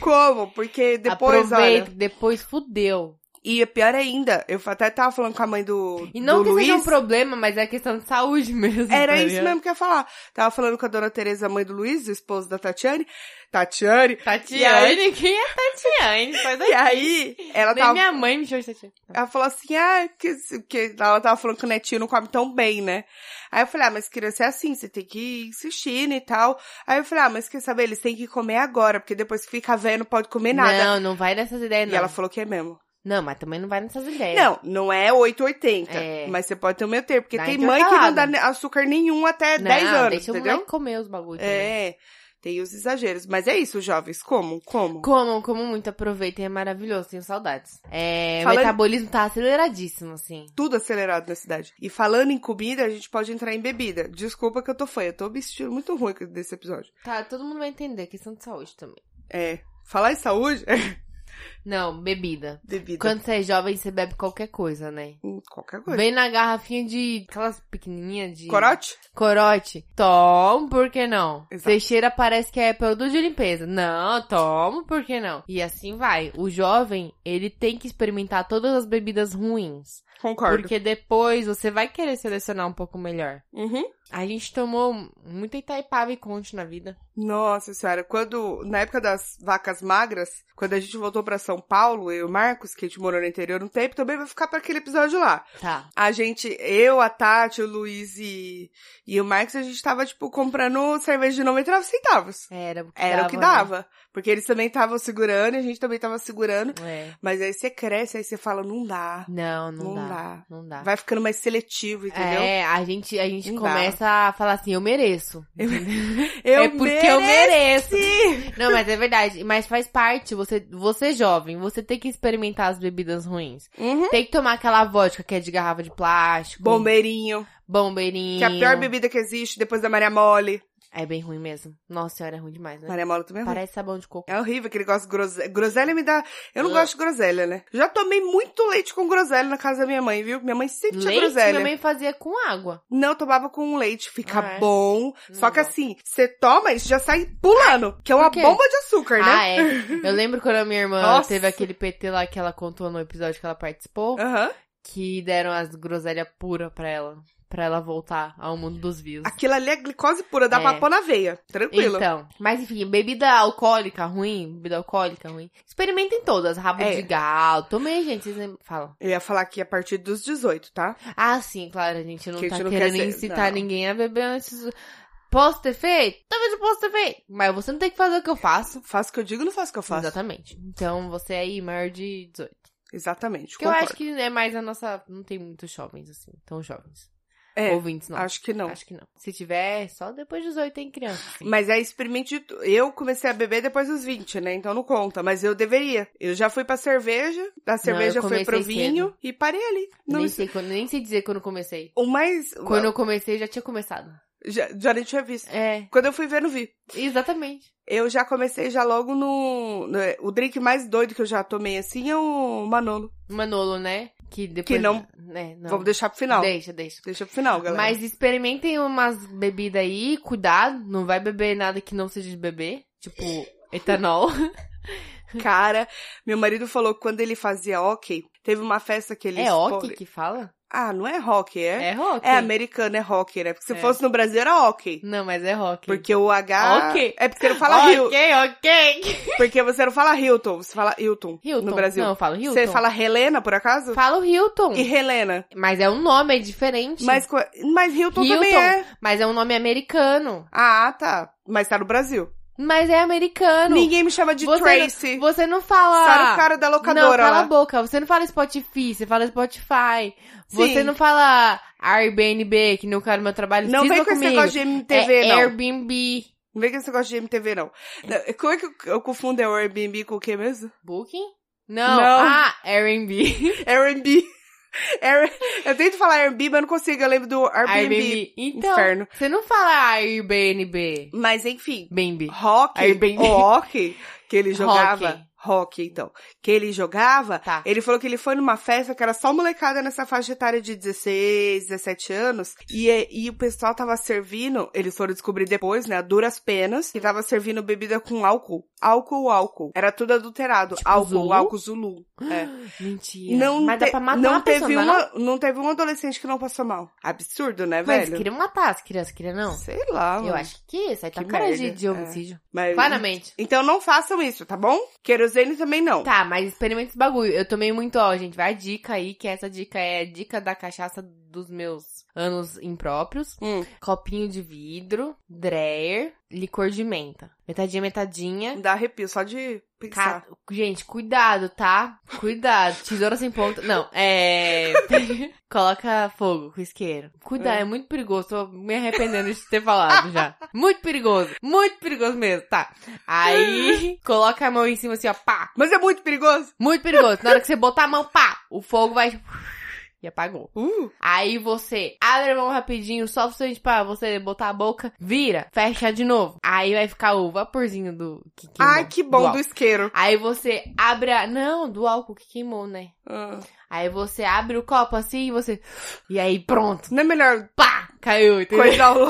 Speaker 3: comam, porque depois,
Speaker 4: Aproveita,
Speaker 3: olha...
Speaker 4: depois fudeu.
Speaker 3: E é pior ainda, eu até tava falando com a mãe do.
Speaker 4: E não
Speaker 3: do
Speaker 4: que
Speaker 3: Luiz,
Speaker 4: seja um problema, mas é questão de saúde mesmo.
Speaker 3: Era
Speaker 4: tá
Speaker 3: isso
Speaker 4: ligado?
Speaker 3: mesmo que eu ia falar. Tava falando com a dona Tereza, mãe do Luiz, esposa da Tatiane. Tatiane. E
Speaker 4: Tatiane,
Speaker 3: aí-
Speaker 4: quem é Tatiane? Sai
Speaker 3: E
Speaker 4: daí.
Speaker 3: aí, ela
Speaker 4: Nem
Speaker 3: tava.
Speaker 4: minha mãe me chama de Tatiane.
Speaker 3: Ela falou assim, ah, que, que ela tava falando que o netinho não come tão bem, né? Aí eu falei, ah, mas criança é assim, você tem que ir insistindo e tal. Aí eu falei, ah, mas quer saber, eles têm que comer agora, porque depois que fica velho não pode comer nada.
Speaker 4: Não, não vai nessas ideias,
Speaker 3: e
Speaker 4: não.
Speaker 3: ela falou que é mesmo.
Speaker 4: Não, mas também não vai nessas ideias.
Speaker 3: Não, não é 880,
Speaker 4: É.
Speaker 3: mas você pode ter o meio tempo, porque
Speaker 4: Dá
Speaker 3: tem
Speaker 4: entre
Speaker 3: mãe que não
Speaker 4: salada.
Speaker 3: dá ne- açúcar nenhum até
Speaker 4: não
Speaker 3: 10 é anos,
Speaker 4: deixa o
Speaker 3: entendeu?
Speaker 4: moleque comer os bagulhos.
Speaker 3: É, tem os exageros. Mas é isso, jovens, como? Como?
Speaker 4: Comam, comam muito, aproveitem, é maravilhoso, tenho saudades. É,
Speaker 3: Fala-
Speaker 4: o metabolismo tá aceleradíssimo, assim.
Speaker 3: Tudo acelerado na cidade. E falando em comida, a gente pode entrar em bebida. Desculpa que eu tô fã, eu tô me sentindo muito ruim desse episódio.
Speaker 4: Tá, todo mundo vai entender, questão de saúde também.
Speaker 3: É. Falar em saúde
Speaker 4: Não, bebida.
Speaker 3: bebida.
Speaker 4: Quando você é jovem, você bebe qualquer coisa, né?
Speaker 3: Hum, Qualquer coisa.
Speaker 4: Vem na garrafinha de. aquelas pequenininhas de.
Speaker 3: Corote?
Speaker 4: Corote. Tomo, por que não?
Speaker 3: Exato.
Speaker 4: Você cheira, parece que é produto de limpeza. Não, tomo, por que não? E assim vai. O jovem, ele tem que experimentar todas as bebidas ruins.
Speaker 3: Concordo.
Speaker 4: Porque depois você vai querer selecionar um pouco melhor.
Speaker 3: Uhum.
Speaker 4: A gente tomou muita Itaipava e Conte na vida.
Speaker 3: Nossa senhora, quando, na época das vacas magras, quando a gente voltou pra São Paulo, eu e o Marcos, que a gente morou no interior um tempo, também vai ficar pra aquele episódio lá.
Speaker 4: Tá.
Speaker 3: A gente, eu, a Tati, o Luiz e, e o Marcos, a gente tava, tipo, comprando cerveja de 99 centavos.
Speaker 4: Era o que
Speaker 3: Era
Speaker 4: dava,
Speaker 3: o que dava. Porque eles também estavam segurando, e a gente também tava segurando.
Speaker 4: Né? É.
Speaker 3: Mas aí você cresce, aí você fala, não dá.
Speaker 4: Não, não,
Speaker 3: Não
Speaker 4: dá.
Speaker 3: dá.
Speaker 4: Não dá.
Speaker 3: Vai ficando mais seletivo, entendeu?
Speaker 4: É, a gente, a gente
Speaker 3: Não dá.
Speaker 4: começa a falar assim, eu mereço.
Speaker 3: Eu
Speaker 4: é porque eu mereço.
Speaker 3: mereci!
Speaker 4: Não, mas é verdade. Mas faz parte, você, você jovem, você tem que experimentar as bebidas ruins.
Speaker 3: Uhum.
Speaker 4: Tem que tomar aquela vodka que é de garrafa de plástico.
Speaker 3: Bombeirinho,
Speaker 4: Bombeirinho.
Speaker 3: que é a pior bebida que existe depois da Maria Mole.
Speaker 4: É bem ruim mesmo. Nossa senhora, é ruim demais, né?
Speaker 3: Maria Mole também é ruim.
Speaker 4: Parece sabão de coco.
Speaker 3: É horrível aquele negócio de groselha. Groselha me dá. Eu não
Speaker 4: Ah.
Speaker 3: gosto de groselha, né? Já tomei muito leite com groselha na casa da minha mãe, viu? Minha mãe sempre tinha
Speaker 4: Leite
Speaker 3: É tipo groselha.
Speaker 4: minha mãe fazia com água.
Speaker 3: Não, eu tomava com leite. Fica
Speaker 4: Ah, é?
Speaker 3: bom.
Speaker 4: Não
Speaker 3: Só que
Speaker 4: gosto. Ah,
Speaker 3: assim, você toma e já sai pulando. Que é uma
Speaker 4: Por quê?
Speaker 3: bomba de açúcar,
Speaker 4: Ah,
Speaker 3: né?
Speaker 4: é. Eu lembro quando a minha irmã
Speaker 3: Nossa. Ah.
Speaker 4: teve aquele PT lá que ela contou no episódio que ela participou,
Speaker 3: Aham.
Speaker 4: que deram as groselhas puras pra ela. Pra ela voltar ao mundo dos views.
Speaker 3: Aquilo ali é glicose pura, dá
Speaker 4: É.
Speaker 3: pra pôr na veia. Tranquilo.
Speaker 4: Então, mas enfim, bebida alcoólica ruim, bebida alcoólica ruim. Experimentem todas, rabo
Speaker 3: É.
Speaker 4: de galo. Tomei, gente, vocês nem falam.
Speaker 3: Eu ia falar que a partir dos 18, tá?
Speaker 4: Ah, sim, claro, a gente não
Speaker 3: Que a
Speaker 4: tá
Speaker 3: gente não quer
Speaker 4: querendo
Speaker 3: ser-
Speaker 4: incitar
Speaker 3: não.
Speaker 4: ninguém a beber antes. Posso ter feito? Talvez eu possa ter feito. Mas você não tem que fazer o que eu faço.
Speaker 3: Faço o que eu digo, não faço o que eu faço.
Speaker 4: Exatamente. Então, você aí, maior de 18.
Speaker 3: Exatamente.
Speaker 4: Porque eu acho
Speaker 3: concordo.
Speaker 4: que é mais a nossa. Não tem muitos jovens, assim, tão jovens.
Speaker 3: É,
Speaker 4: Ouvintes, não.
Speaker 3: acho que não.
Speaker 4: Acho que não. Se tiver, é só depois de 18 tem criança. assim.
Speaker 3: Mas é experimente. tu- Eu comecei a beber depois dos 20, né? Então não conta. Mas eu deveria. Eu já fui pra cerveja, da cerveja
Speaker 4: eu
Speaker 3: foi pro
Speaker 4: comecei
Speaker 3: vinho e parei ali. Não
Speaker 4: nem,
Speaker 3: me-
Speaker 4: sei quando, nem sei dizer quando eu comecei.
Speaker 3: O mais.
Speaker 4: Quando eu comecei, já tinha começado.
Speaker 3: Já, já nem tinha visto.
Speaker 4: É,
Speaker 3: Quando eu fui ver, não vi.
Speaker 4: exatamente.
Speaker 3: Eu já comecei já logo no, no- O drink mais doido que eu já tomei assim é o Manolo.
Speaker 4: Manolo, né? Que depois.
Speaker 3: Que não-
Speaker 4: Né, não.
Speaker 3: Vamos deixar pro final.
Speaker 4: Deixa, deixa.
Speaker 3: Deixa pro final, galera.
Speaker 4: Mas experimentem umas bebidas aí, cuidado, não vai beber nada que não seja de beber, tipo etanol.
Speaker 3: Cara, meu marido falou que quando ele fazia hockey, teve uma festa que ele.
Speaker 4: é
Speaker 3: expô-
Speaker 4: hockey que fala?
Speaker 3: Ah, não é hockey, é?
Speaker 4: É rock.
Speaker 3: É americano, é hockey, né? Porque se
Speaker 4: É.
Speaker 3: fosse no Brasil era hockey.
Speaker 4: Não, mas é rock.
Speaker 3: Porque o H.
Speaker 4: Hockey.
Speaker 3: É porque não fala Hilton.
Speaker 4: Ok, ok.
Speaker 3: Porque você não fala Hilton, você fala Hilton.
Speaker 4: Hilton.
Speaker 3: No Brasil.
Speaker 4: Não, eu falo Hilton.
Speaker 3: Você fala Helena, por acaso?
Speaker 4: Falo Hilton.
Speaker 3: E Helena.
Speaker 4: Mas é um nome, é diferente.
Speaker 3: Mas, co- mas Hilton, também
Speaker 4: Hilton.
Speaker 3: é.
Speaker 4: Mas é um nome americano.
Speaker 3: Ah, tá. Mas tá no Brasil.
Speaker 4: Mas é americano.
Speaker 3: Ninguém me chama de
Speaker 4: Você não-
Speaker 3: Tracy.
Speaker 4: Você não fala...
Speaker 3: Sara o cara da locadora
Speaker 4: Não, cala
Speaker 3: lá.
Speaker 4: a boca. Você não fala Spotify, você fala Spotify.
Speaker 3: Sim.
Speaker 4: Você não fala Airbnb, que no caso do meu trabalho
Speaker 3: Não
Speaker 4: cisma
Speaker 3: vem com
Speaker 4: comigo.
Speaker 3: esse negócio de MTV,
Speaker 4: é
Speaker 3: não.
Speaker 4: Airbnb.
Speaker 3: Não vem com esse negócio de MTV, não. Não, Como é que eu, eu confundo é o Airbnb com o que mesmo?
Speaker 4: Booking? Não.
Speaker 3: Não.
Speaker 4: Ah, Airbnb.
Speaker 3: É Airbnb. É Air- Eu tento falar Airbnb, mas eu não consigo. Eu lembro do Airbnb.
Speaker 4: Então,
Speaker 3: Inferno.
Speaker 4: você não fala Airbnb.
Speaker 3: Mas enfim.
Speaker 4: Bambi.
Speaker 3: Rock,
Speaker 4: Airbnb.
Speaker 3: o hockey que ele jogava.
Speaker 4: Hockey.
Speaker 3: Rock, rock, então, que ele jogava,
Speaker 4: Tá.
Speaker 3: ele falou que ele foi numa festa que era só molecada nessa faixa etária de 16, 17 anos, e, é- e o pessoal tava servindo, eles foram descobrir depois, né, a duras penas, que tava servindo bebida com álcool. Álcool, álcool. Era tudo adulterado.
Speaker 4: Tipo
Speaker 3: álcool,
Speaker 4: Zulu?
Speaker 3: álcool Zulu. É.
Speaker 4: Mentira.
Speaker 3: Não,
Speaker 4: Mas dá
Speaker 3: te-
Speaker 4: pra matar
Speaker 3: não
Speaker 4: a pessoa,
Speaker 3: teve
Speaker 4: não dá não?
Speaker 3: uma, não teve um adolescente que não passou mal. Absurdo, né,
Speaker 4: Mas
Speaker 3: velho?
Speaker 4: queriam matar as crianças, queriam não?
Speaker 3: Sei lá,
Speaker 4: Eu
Speaker 3: mano.
Speaker 4: acho que isso. Aí tá
Speaker 3: Que
Speaker 4: cara de,
Speaker 3: merda,
Speaker 4: de
Speaker 3: é.
Speaker 4: homicídio.
Speaker 3: Mas-
Speaker 4: Claramente.
Speaker 3: Então não façam isso, tá bom? Querosene também não.
Speaker 4: Tá, mas experimenta esse bagulho. Eu tomei muito, ó, gente. Vai a dica aí, que essa dica é a dica da cachaça dos meus anos impróprios.
Speaker 3: Hum,
Speaker 4: Copinho de vidro, dreyer, licor de menta. Metadinha, metadinha.
Speaker 3: dá arrepio só de pensar.
Speaker 4: Ca- Gente, cuidado, tá? Cuidado. Tesoura sem ponta. Não, é. Coloca fogo com isqueiro. Cuidado, é.
Speaker 3: É.
Speaker 4: muito perigoso. Tô me arrependendo de ter falado já. Muito perigoso. Muito perigoso mesmo, tá? Aí, coloca a mão em cima assim, ó, pá.
Speaker 3: Mas é muito perigoso.
Speaker 4: Muito perigoso. Na hora que você botar a mão, pá, o fogo vai. E apagou.
Speaker 3: Uh,
Speaker 4: Aí você abre a mão rapidinho, só o suficiente pra você botar a boca, vira, fecha de novo. Aí vai ficar o vaporzinho do. Que queimou,
Speaker 3: ai, que bom do
Speaker 4: álcool.
Speaker 3: isqueiro.
Speaker 4: Aí você abre a. Não, do álcool que queimou, né?
Speaker 3: Ah.
Speaker 4: Aí você abre o copo assim e você. E aí pronto.
Speaker 3: Não é melhor
Speaker 4: Pá! Caiu, entendeu?
Speaker 3: coisar o...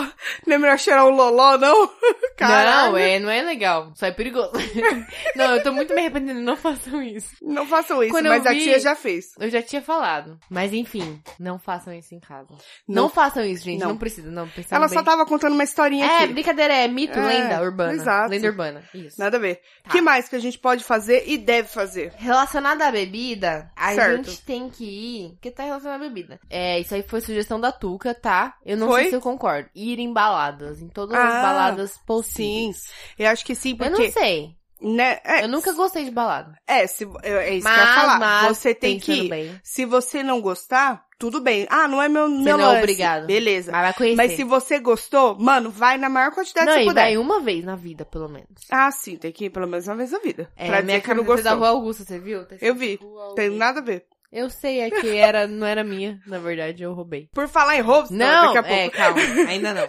Speaker 3: Não é melhor cheirar o loló, não? Caralho.
Speaker 4: Não, é, não é legal. Só é perigoso. não, eu tô muito me arrependendo, não façam isso.
Speaker 3: Não façam isso,
Speaker 4: Quando eu
Speaker 3: mas a
Speaker 4: vi-
Speaker 3: tia já fez.
Speaker 4: Eu já tinha falado. Mas enfim, não façam isso em casa. Não,
Speaker 3: Não.
Speaker 4: façam isso, gente. Não,
Speaker 3: Não.
Speaker 4: precisa, não. Pensando
Speaker 3: Ela só
Speaker 4: bem.
Speaker 3: tava contando uma historinha
Speaker 4: É,
Speaker 3: aqui.
Speaker 4: brincadeira, é mito,
Speaker 3: É,
Speaker 4: lenda urbana.
Speaker 3: exato.
Speaker 4: Lenda urbana. Isso.
Speaker 3: Nada a ver.
Speaker 4: Tá.
Speaker 3: que mais que a gente pode fazer e deve fazer?
Speaker 4: Relacionada à bebida, a
Speaker 3: Certo.
Speaker 4: gente tem que ir. Porque tá relacionado à bebida. É, isso aí foi sugestão da Tuca, tá? Eu não
Speaker 3: Foi?
Speaker 4: sei se eu concordo. Ir em baladas, em todas as
Speaker 3: Ah,
Speaker 4: baladas possíveis.
Speaker 3: Eu acho que sim,
Speaker 4: Eu não
Speaker 3: porque...
Speaker 4: sei.
Speaker 3: né, é,
Speaker 4: Eu nunca gostei de balada.
Speaker 3: É, se, é é isso
Speaker 4: mas,
Speaker 3: que eu ia falar.
Speaker 4: mas,
Speaker 3: você tem que...
Speaker 4: pensando
Speaker 3: ir.
Speaker 4: Bem,
Speaker 3: Se você não gostar, tudo bem. Ah, não é meu, meu
Speaker 4: não é
Speaker 3: lance.
Speaker 4: obrigado.
Speaker 3: Beleza.
Speaker 4: mas vai conhecer.
Speaker 3: Mas se você tá gostou, mano, vai na maior quantidade
Speaker 4: não,
Speaker 3: que
Speaker 4: e
Speaker 3: você puder.
Speaker 4: vai um- uma vez na vida, pelo menos.
Speaker 3: Ah, sim, tem que ir pelo menos uma vez na vida.
Speaker 4: É,
Speaker 3: pra
Speaker 4: minha
Speaker 3: dizer que não
Speaker 4: camiseta da
Speaker 3: gostou.
Speaker 4: Rua Augusta, você viu? Tá
Speaker 3: Eu vi.
Speaker 4: escrito Rua
Speaker 3: Tem
Speaker 4: Augusta.
Speaker 3: nada a ver.
Speaker 4: Eu sei, é que era, não era minha, na verdade, eu roubei.
Speaker 3: Por falar em roubo,
Speaker 4: Não,
Speaker 3: daqui a
Speaker 4: é,
Speaker 3: pouco.
Speaker 4: calma, ainda não.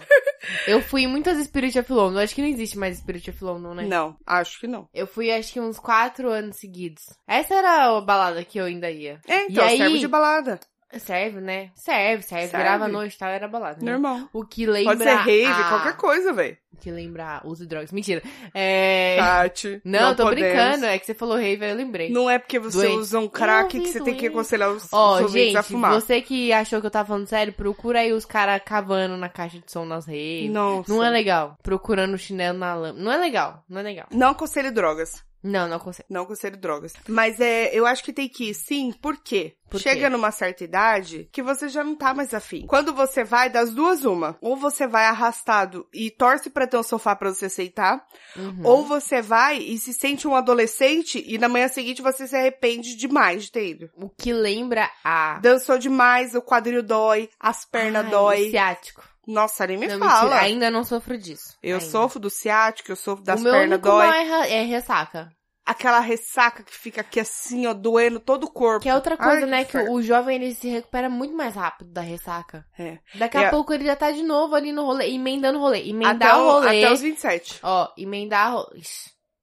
Speaker 4: Eu fui em muitas Spirit of London, acho que não existe mais Spirit of London, né?
Speaker 3: Não, acho que não.
Speaker 4: Eu fui, acho que uns quatro anos seguidos. Essa era a balada que eu ainda ia.
Speaker 3: É, então,
Speaker 4: E aí-
Speaker 3: serve de balada.
Speaker 4: Serve, né? Serve, serve.
Speaker 3: Serve.
Speaker 4: Virava noite e tal, era balada. Né?
Speaker 3: Normal.
Speaker 4: O que lembra...
Speaker 3: Pode ser rave,
Speaker 4: a-
Speaker 3: qualquer coisa, velho.
Speaker 4: O que lembra uso de drogas. Mentira. É...
Speaker 3: Tati.
Speaker 4: Não, tô
Speaker 3: Tá, podemos.
Speaker 4: brincando. É que você falou rave, aí eu lembrei.
Speaker 3: Não é porque você
Speaker 4: Doente.
Speaker 3: usa um
Speaker 4: Eu
Speaker 3: crack
Speaker 4: ouvi
Speaker 3: que você tem que
Speaker 4: doente.
Speaker 3: aconselhar os,
Speaker 4: Ó,
Speaker 3: os ouvintes
Speaker 4: gente,
Speaker 3: a fumar.
Speaker 4: você que achou que eu tava falando sério, procura aí os caras cavando na caixa de som nas redes.
Speaker 3: Nossa.
Speaker 4: Não é legal. Procurando chinelo na lama. Não é legal. Não é legal.
Speaker 3: Não aconselho drogas.
Speaker 4: Não, não aconselho.
Speaker 3: Não aconselho drogas. Mas é, eu acho que tem que ir sim, por quê?
Speaker 4: Por
Speaker 3: Chega
Speaker 4: quê?
Speaker 3: numa certa idade que você já não tá mais afim. Quando você vai, das duas, uma. Ou você vai arrastado e torce pra ter um sofá pra você aceitar,
Speaker 4: Uhum.
Speaker 3: ou você vai e se sente um adolescente e na manhã seguinte você se arrepende demais de ter ido.
Speaker 4: O que lembra a...
Speaker 3: Dançou demais, o quadril dói, as pernas
Speaker 4: Tá. Ai,
Speaker 3: dói.
Speaker 4: o ciático.
Speaker 3: Nossa, nem me
Speaker 4: não,
Speaker 3: fala.
Speaker 4: mentira, ainda não sofro disso.
Speaker 3: Eu
Speaker 4: Ainda.
Speaker 3: sofro do ciático, eu sofro das
Speaker 4: o meu
Speaker 3: pernas
Speaker 4: único
Speaker 3: dói.
Speaker 4: mal é, ra- é ressaca.
Speaker 3: Aquela ressaca que fica aqui assim, ó, doendo todo o corpo.
Speaker 4: Que é outra
Speaker 3: Ai,
Speaker 4: coisa, né? Que
Speaker 3: inferno.
Speaker 4: o jovem, ele se recupera muito mais rápido da ressaca.
Speaker 3: É.
Speaker 4: Daqui
Speaker 3: E
Speaker 4: a
Speaker 3: a-
Speaker 4: pouco ele já tá de novo ali no rolê, emendando o rolê. Emendar
Speaker 3: até,
Speaker 4: o
Speaker 3: o-
Speaker 4: rolê.
Speaker 3: até os 27.
Speaker 4: Ó, emendar o rolê.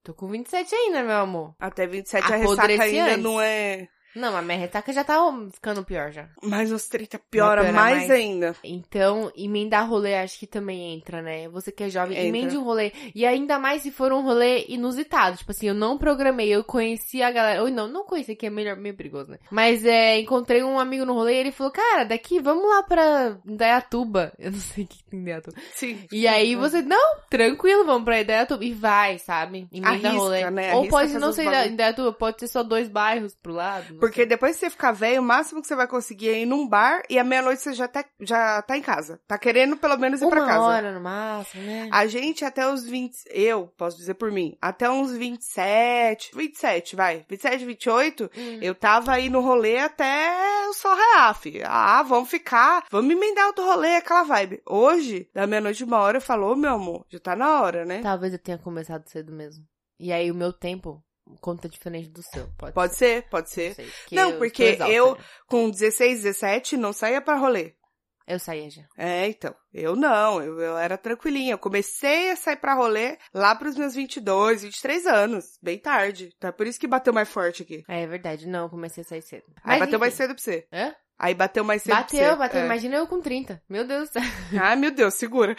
Speaker 4: Tô com 27 ainda, meu amor.
Speaker 3: Até 27 a
Speaker 4: Apodreci
Speaker 3: ressaca ainda
Speaker 4: antes.
Speaker 3: não é.
Speaker 4: Não, a minha ressaca já tá ficando pior já.
Speaker 3: Mais uns 30
Speaker 4: Vai
Speaker 3: piora
Speaker 4: piorar
Speaker 3: mais,
Speaker 4: mais.
Speaker 3: ainda.
Speaker 4: Então, emendar rolê acho que também entra, né? Você que é jovem,
Speaker 3: Entra.
Speaker 4: emende um rolê. E ainda mais se for um rolê inusitado. Tipo assim, eu não programei, eu conheci a galera. Ou não, não conheci, que é melhor, meio perigoso, né? Mas é, encontrei um amigo no rolê e ele falou, cara, daqui, vamos lá pra Indaiatuba. Eu não sei o que tem em Indaiatuba.
Speaker 3: Sim. né?
Speaker 4: E aí você, não, tranquilo, vamos pra Indaiatuba. E vai, sabe? Emenda
Speaker 3: Arrisca,
Speaker 4: rolê.
Speaker 3: né?
Speaker 4: Ou
Speaker 3: Arrisca
Speaker 4: pode
Speaker 3: fazer
Speaker 4: não
Speaker 3: uns
Speaker 4: ser
Speaker 3: bagulho.
Speaker 4: Indaiatuba, pode ser só dois bairros pro lado. não
Speaker 3: Porque
Speaker 4: sei.
Speaker 3: depois que você ficar velho, o máximo que você vai conseguir é ir num bar e à meia-noite você já tá, já tá em casa. Tá querendo pelo menos ir
Speaker 4: Uma
Speaker 3: pra casa. Ah,
Speaker 4: hora no máximo, né?
Speaker 3: A gente até os 20, eu posso dizer por mim, até uns 27, 27, vai, 27, 28,
Speaker 4: Hum.
Speaker 3: eu tava aí no rolê até o sol raiar, fi. Ah, vamos ficar, vamos emendar outro rolê, aquela vibe. Hoje, da meia-noite uma hora, eu falo, ô, meu amor, já tá na hora, né?
Speaker 4: Talvez eu tenha começado cedo mesmo. E aí o meu tempo conta diferente do seu. Pode,
Speaker 3: Pode ser, pode
Speaker 4: Não,
Speaker 3: ser.
Speaker 4: sei,
Speaker 3: Não,
Speaker 4: eu né?
Speaker 3: porque
Speaker 4: estou exausta,
Speaker 3: eu-
Speaker 4: né?
Speaker 3: Com 16, 17, não saía pra rolê.
Speaker 4: Eu saía já.
Speaker 3: É, então. Eu não, eu, eu era tranquilinha. Eu comecei a sair pra rolê lá pros meus 22, 23 anos. Bem tarde. Tá por isso que bateu mais forte aqui.
Speaker 4: É, é verdade. Não, eu comecei a sair cedo.
Speaker 3: Aí
Speaker 4: Mas,
Speaker 3: bateu mais
Speaker 4: enfim.
Speaker 3: cedo pra você.
Speaker 4: Hã?
Speaker 3: Aí bateu mais cedo pra
Speaker 4: Bateu,
Speaker 3: você.
Speaker 4: bateu.
Speaker 3: É.
Speaker 4: Imagina eu com 30. Meu Deus do céu.
Speaker 3: Ai, meu Deus, segura.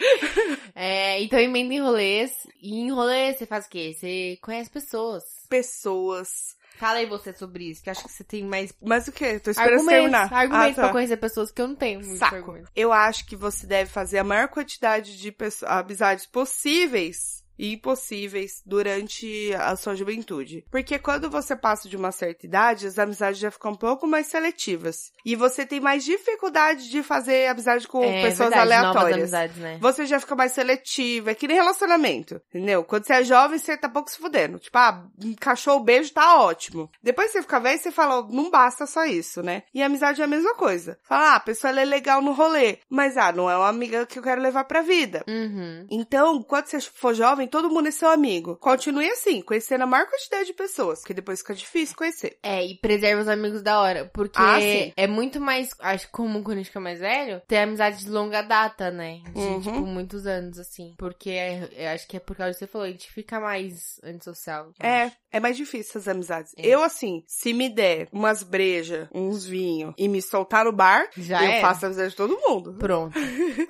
Speaker 4: É, então emenda em rolês. E em rolês você faz o quê? Você conhece pessoas.
Speaker 3: Pessoas.
Speaker 4: Fala aí você sobre isso, que eu acho que você tem mais
Speaker 3: Mas o quê? Tô esperando
Speaker 4: argumentos,
Speaker 3: você terminar.
Speaker 4: argumentos
Speaker 3: Ah,
Speaker 4: pra
Speaker 3: tá.
Speaker 4: conhecer pessoas que eu não tenho. muitos
Speaker 3: Saco.
Speaker 4: argumentos.
Speaker 3: Eu acho que você deve fazer a maior quantidade de pesso- amizades possíveis e impossíveis durante a sua juventude. Porque quando você passa de uma certa idade, as amizades já ficam um pouco mais seletivas. E você tem mais dificuldade de fazer amizade com
Speaker 4: É,
Speaker 3: pessoas
Speaker 4: verdade, Novas
Speaker 3: aleatórias.
Speaker 4: amizades, né?
Speaker 3: Você já fica mais seletiva, é que nem relacionamento, entendeu? Quando você é jovem, você tá pouco se fudendo. Tipo, ah, encaixou o beijo, tá ótimo. Depois você fica velho, você fala, "Oh, não basta só isso, né? E a amizade é a mesma coisa. Fala, ah, a pessoa ela é legal no rolê, mas ah, não é uma amiga que eu quero levar pra vida.
Speaker 4: Uhum.
Speaker 3: Então, quando você for jovem, todo mundo é seu amigo. Continue assim, conhecendo a maior quantidade de pessoas, que depois fica difícil conhecer.
Speaker 4: É, e preserva os amigos da hora. Porque
Speaker 3: Ah, sim.
Speaker 4: é muito mais, acho comum quando a gente fica é mais velho, ter amizade de longa data, né? De,
Speaker 3: Uhum.
Speaker 4: tipo, muitos anos, assim. Porque é- eu acho que é por causa do que você falou, a gente fica mais antissocial. eu
Speaker 3: É,
Speaker 4: acho.
Speaker 3: é mais difícil essas amizades.
Speaker 4: É.
Speaker 3: Eu, assim, se me der umas brejas, uns vinhos e me soltar no bar,
Speaker 4: Já
Speaker 3: eu
Speaker 4: é.
Speaker 3: faço a amizade de todo mundo.
Speaker 4: Pronto.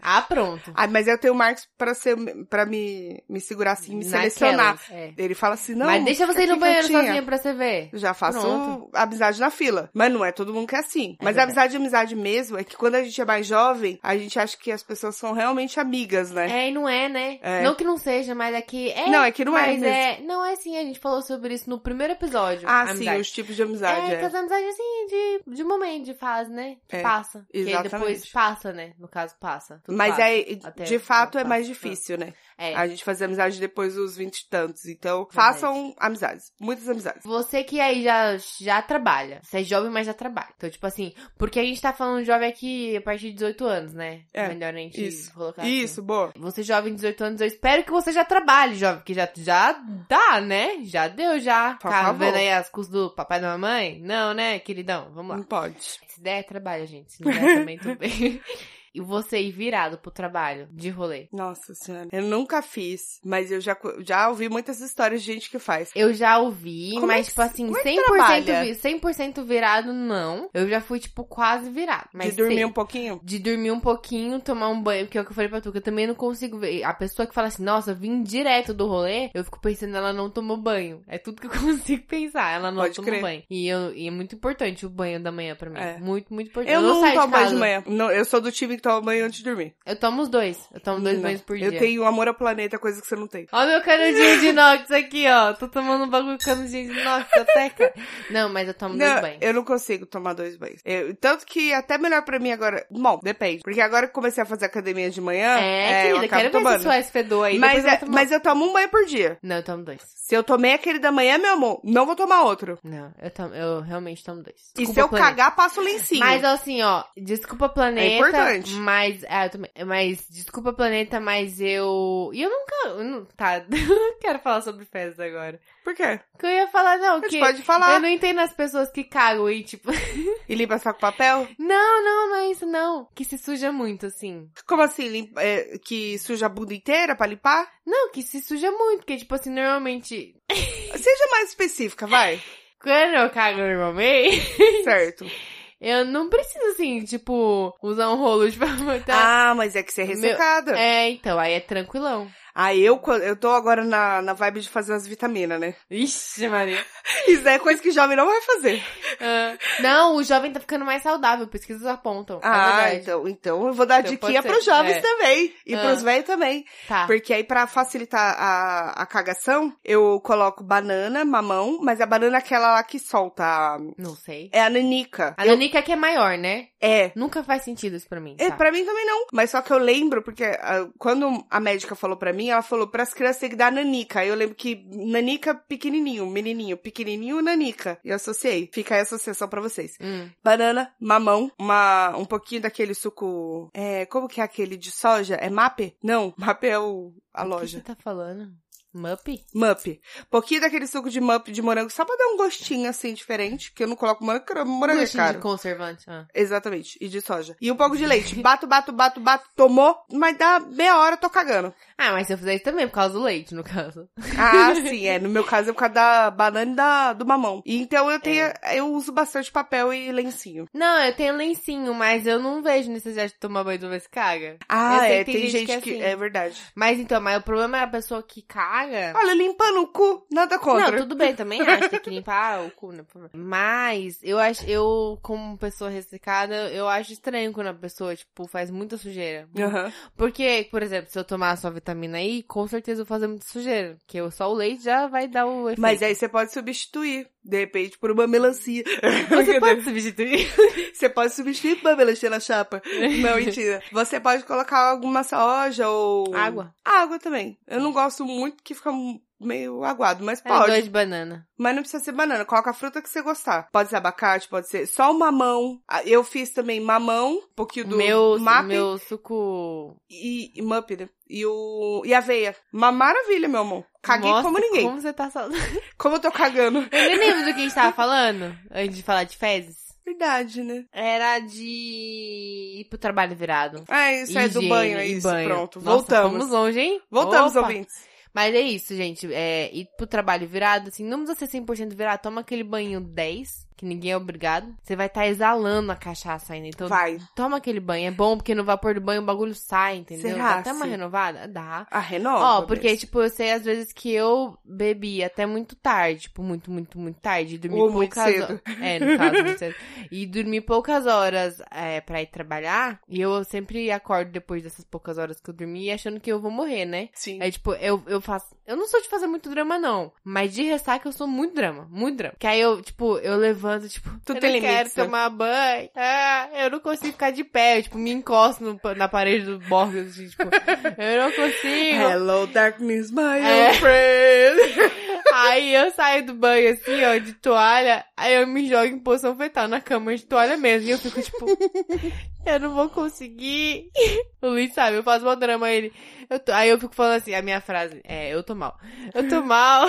Speaker 4: Ah, pronto.
Speaker 3: Ah, mas eu tenho o Marcos pra, ser, pra me, me segurar assim, me selecionar.
Speaker 4: Naquelas, é.
Speaker 3: Ele fala assim, não...
Speaker 4: Mas deixa você ir
Speaker 3: fica
Speaker 4: no banheiro
Speaker 3: quietinha.
Speaker 4: sozinha pra você ver.
Speaker 3: Eu Já faço
Speaker 4: Pronto.
Speaker 3: amizade na fila. Mas não é todo mundo que é assim.
Speaker 4: É
Speaker 3: mas a amizade,
Speaker 4: verdade.
Speaker 3: amizade mesmo, é que quando a gente é mais jovem, a gente acha que as pessoas são realmente amigas, né?
Speaker 4: É, e não é, né?
Speaker 3: É.
Speaker 4: Não que não seja, mas é que... É,
Speaker 3: Não, é que não é
Speaker 4: mas
Speaker 3: mesmo.
Speaker 4: é... Não, é assim, a gente falou sobre isso no primeiro episódio.
Speaker 3: ah, sim,
Speaker 4: É, amizade.
Speaker 3: os tipos de amizade.
Speaker 4: É,
Speaker 3: é.
Speaker 4: que as amizades assim, de, de momento, de fase, né? Que
Speaker 3: É,
Speaker 4: passa.
Speaker 3: exatamente.
Speaker 4: Que depois passa, né? No caso, passa. Tudo
Speaker 3: Mas
Speaker 4: passa.
Speaker 3: é,
Speaker 4: Até
Speaker 3: de fato é
Speaker 4: passa.
Speaker 3: mais difícil, né?
Speaker 4: É.
Speaker 3: A gente fazer amizade depois dos vinte e tantos. Então,
Speaker 4: Verdade.
Speaker 3: façam amizades. Muitas amizades.
Speaker 4: Você que aí já, já trabalha. Você é jovem, mas já trabalha. Então, tipo assim, porque a gente tá falando jovem aqui a partir de 18 anos, né?
Speaker 3: É,
Speaker 4: Melhor a gente
Speaker 3: isso.
Speaker 4: colocar. assim.
Speaker 3: Isso, boa.
Speaker 4: Você jovem de 18 anos, eu espero que você já trabalhe, jovem, que já, já dá, né? Já deu, já.
Speaker 3: Por
Speaker 4: tá
Speaker 3: favor.
Speaker 4: vendo aí as custas do papai e da mamãe? Não, né, queridão? Vamos lá.
Speaker 3: Não pode.
Speaker 4: Se der, trabalha, gente. Se não der, também tudo bem. E você ir virado pro trabalho, de rolê.
Speaker 3: Nossa senhora. Eu nunca fiz, mas eu já, co- já ouvi muitas histórias de gente que faz.
Speaker 4: Eu já ouvi,
Speaker 3: Como é
Speaker 4: mas,
Speaker 3: que-
Speaker 4: tipo assim,
Speaker 3: como é que
Speaker 4: 100%,
Speaker 3: trabalha?
Speaker 4: vi- 100 virado, não. Eu já fui, tipo, quase virado. Mas
Speaker 3: de dormir
Speaker 4: sei.
Speaker 3: um pouquinho?
Speaker 4: De dormir um pouquinho, tomar um banho, que é o que eu falei pra tu, que eu também não consigo ver. A pessoa que fala assim, nossa, eu vim direto do rolê, eu fico pensando, ela não tomou banho. É tudo que eu consigo pensar, ela não
Speaker 3: Pode
Speaker 4: tomou
Speaker 3: crer.
Speaker 4: banho. E, eu- e é muito importante o banho da manhã pra mim.
Speaker 3: É.
Speaker 4: Muito, muito importante.
Speaker 3: Eu, não
Speaker 4: saio de
Speaker 3: tomo banho de
Speaker 4: casa.
Speaker 3: manhã. Não, eu sou do time que toma banho antes de dormir.
Speaker 4: Eu tomo os dois. Eu tomo dois
Speaker 3: Não.
Speaker 4: banhos por dia.
Speaker 3: Eu tenho amor ao planeta, coisa que você não tem.
Speaker 4: Ó meu canudinho de inox aqui, ó. Tô tomando um bagulho com canudinho de inox até, cara. Não, mas eu tomo
Speaker 3: Não,
Speaker 4: dois banhos.
Speaker 3: eu não consigo tomar dois banhos. Eu- tanto que até melhor pra mim agora. Bom, depende. Porque agora que comecei a fazer academia de manhã, eu
Speaker 4: É, querida,
Speaker 3: acabo
Speaker 4: quero ver
Speaker 3: tomando.
Speaker 4: se sua fedor aí.
Speaker 3: mas,
Speaker 4: depois eu
Speaker 3: é-
Speaker 4: vou tomar.
Speaker 3: mas eu tomo um banho por dia.
Speaker 4: Não, eu tomo dois.
Speaker 3: Se eu tomei aquele da manhã, meu amor, não vou tomar outro.
Speaker 4: Não, eu, tomo, eu realmente tomo dois.
Speaker 3: e se eu
Speaker 4: planeta.
Speaker 3: cagar, passo o lencinho.
Speaker 4: Mas assim, ó, desculpa planeta.
Speaker 3: É importante.
Speaker 4: Mas, ah, eu também. Mas, desculpa planeta, mas eu. E eu nunca. eu não, tá, eu não quero falar sobre festa agora.
Speaker 3: Por quê?
Speaker 4: Porque eu ia falar, não,
Speaker 3: A gente
Speaker 4: que.
Speaker 3: pode
Speaker 4: Eu
Speaker 3: falar.
Speaker 4: não entendo as pessoas que cagam e, tipo.
Speaker 3: E limpa saco papel?
Speaker 4: Não, não, não é isso, não. Que se suja muito, assim.
Speaker 3: Como assim? limpa- é, que suja a bunda inteira pra limpar?
Speaker 4: Não, que se suja muito, porque, tipo assim, normalmente.
Speaker 3: Seja mais específica, vai.
Speaker 4: Quando eu cago normalmente,
Speaker 3: certo.
Speaker 4: eu não preciso, assim, tipo, usar um rolo de papel. tá?
Speaker 3: Ah, mas é que você é
Speaker 4: Meu-
Speaker 3: ressecada.
Speaker 4: É, então, aí é tranquilão.
Speaker 3: Ah, eu, co- eu tô agora na, na vibe de fazer as vitaminas, né?
Speaker 4: Ixi, Maria.
Speaker 3: Isso é coisa que jovem não vai fazer.
Speaker 4: Ah, não, o jovem tá ficando mais saudável, pesquisas apontam. é
Speaker 3: Ah,
Speaker 4: verdade.
Speaker 3: então, então eu vou dar
Speaker 4: Então
Speaker 3: diquinha
Speaker 4: pode ser.
Speaker 3: pros jovens
Speaker 4: É.
Speaker 3: também. E
Speaker 4: Ah.
Speaker 3: pros velhos também.
Speaker 4: Tá.
Speaker 3: Porque aí, pra facilitar a, a cagação, eu coloco banana, mamão, mas a banana é aquela lá que solta. a-
Speaker 4: Não sei.
Speaker 3: É a nanica.
Speaker 4: A Nanica que é maior, né?
Speaker 3: É.
Speaker 4: Nunca faz sentido isso pra mim.
Speaker 3: É,
Speaker 4: tá.
Speaker 3: pra mim também não. Mas só que eu lembro, porque ah, quando a médica falou pra mim, ela falou pras crianças tem que dar nanica. Aí eu lembro que nanica pequenininho, menininho, pequenininho, nanica. E eu associei. Fica aí a associação pra vocês.
Speaker 4: Hum.
Speaker 3: Banana, mamão, uma, um pouquinho daquele suco, é, como que é aquele de soja? É MAP? Não, MAP é o, a
Speaker 4: O que
Speaker 3: loja.
Speaker 4: você tá falando? Mup?
Speaker 3: Mup. Pouquinho daquele suco de mup de morango, só pra dar um gostinho assim diferente, que eu não coloco morango, porque morango é
Speaker 4: Gostinho de
Speaker 3: caro.
Speaker 4: conservante. Ah.
Speaker 3: Exatamente, e de soja. E um pouco de leite. Bato, bato, bato, bato, tomou, mas dá meia hora, tô cagando.
Speaker 4: Ah, mas se eu fizer isso também, por causa do leite, no caso.
Speaker 3: Ah, sim, é. No meu caso é por causa da banana e da, do mamão. E Então eu tenho, eu uso bastante papel e lencinho.
Speaker 4: Não, É. eu tenho lencinho, mas eu não vejo necessidade de tomar banho de vez que caga. Eu
Speaker 3: Ah,
Speaker 4: sei
Speaker 3: é,
Speaker 4: que
Speaker 3: tem, gente que,
Speaker 4: assim.
Speaker 3: é verdade.
Speaker 4: Mas então, mas o problema é a pessoa que caga.
Speaker 3: Olha, limpando o cu, nada contra.
Speaker 4: Não, tudo bem, também acho que tem que limpar o cu, né? por favor. Mas eu acho, eu, como pessoa ressecada, eu acho estranho quando a pessoa, tipo, faz muita sujeira.
Speaker 3: Aham.
Speaker 4: Porque, por exemplo, se eu tomar a sua vitamina I, com certeza eu vou fazer muita sujeira. Porque eu, só o leite já vai dar o efeito.
Speaker 3: Mas é aí você pode substituir, de repente, por uma melancia.
Speaker 4: você pode substituir.
Speaker 3: Você pode substituir por uma melancia na chapa. Não, mentira. Você pode colocar alguma soja ou...
Speaker 4: Água.
Speaker 3: Água também. Eu não gosto muito que fica meio aguado, mas
Speaker 4: É,
Speaker 3: pode.
Speaker 4: dois de banana.
Speaker 3: Mas não precisa ser banana, coloca a fruta que você gostar. Pode ser abacate, pode ser só o mamão. Ah, Eu fiz também mamão, um pouquinho do
Speaker 4: meu,
Speaker 3: MAP
Speaker 4: meu suco.
Speaker 3: e, e mup, né? E, o, e aveia. Uma maravilha, meu amor. Caguei
Speaker 4: Mostra
Speaker 3: como ninguém. Como...
Speaker 4: Como você tá sal...
Speaker 3: eu tô cagando.
Speaker 4: Eu nem lembro do que a gente tava falando antes de falar de fezes.
Speaker 3: Verdade, né?
Speaker 4: Era de ir pro trabalho virado.
Speaker 3: É isso, é do
Speaker 4: Higiene
Speaker 3: banho, é
Speaker 4: e
Speaker 3: isso.
Speaker 4: banho.
Speaker 3: Pronto,
Speaker 4: Nossa,
Speaker 3: voltamos.
Speaker 4: Fomos longe, hein?
Speaker 3: Voltamos,
Speaker 4: Opa.
Speaker 3: ouvintes.
Speaker 4: Mas é isso, gente. É, ir pro trabalho virado, assim, não precisa ser 100% virado. Toma aquele banho 10, que ninguém é obrigado. Você vai estar exalando a cachaça ainda. Então,
Speaker 3: Vai.
Speaker 4: toma aquele banho. É bom, porque no vapor do banho o bagulho sai, entendeu?
Speaker 3: Será,
Speaker 4: Dá até uma
Speaker 3: sim?
Speaker 4: renovada? Dá.
Speaker 3: A renova.
Speaker 4: Ó, porque,
Speaker 3: mesmo.
Speaker 4: tipo, eu sei às vezes que eu bebi até muito tarde, tipo, muito, muito, muito tarde. E dormi
Speaker 3: Ou muito
Speaker 4: poucas
Speaker 3: cedo.
Speaker 4: ho- É, no caso, muito cedo. E dormi poucas horas é, pra ir trabalhar. E eu sempre acordo depois dessas poucas horas que eu dormi achando que eu vou morrer, né?
Speaker 3: Sim.
Speaker 4: É tipo, eu, eu faço. Eu não sou de fazer muito drama, não. Mas de ressaca eu sou muito drama, muito drama. Que aí eu, tipo, eu levanto, tipo,
Speaker 3: Tu
Speaker 4: eu
Speaker 3: tem
Speaker 4: não
Speaker 3: limites,
Speaker 4: quero
Speaker 3: né?
Speaker 4: tomar banho. Ah, eu não consigo ficar de pé. Eu, tipo, me encosto no- na parede do box, assim, tipo, eu não consigo.
Speaker 3: Hello, darkness, my
Speaker 4: É.
Speaker 3: old friend.
Speaker 4: Aí eu saio do banho assim, ó, de toalha, aí eu me jogo em posição fetal na cama de toalha mesmo. E eu fico, tipo, eu não vou conseguir. O Luiz sabe, eu faço uma drama ele. Eu tô- aí eu fico falando assim, a minha frase, é, eu tô mal. Eu tô mal.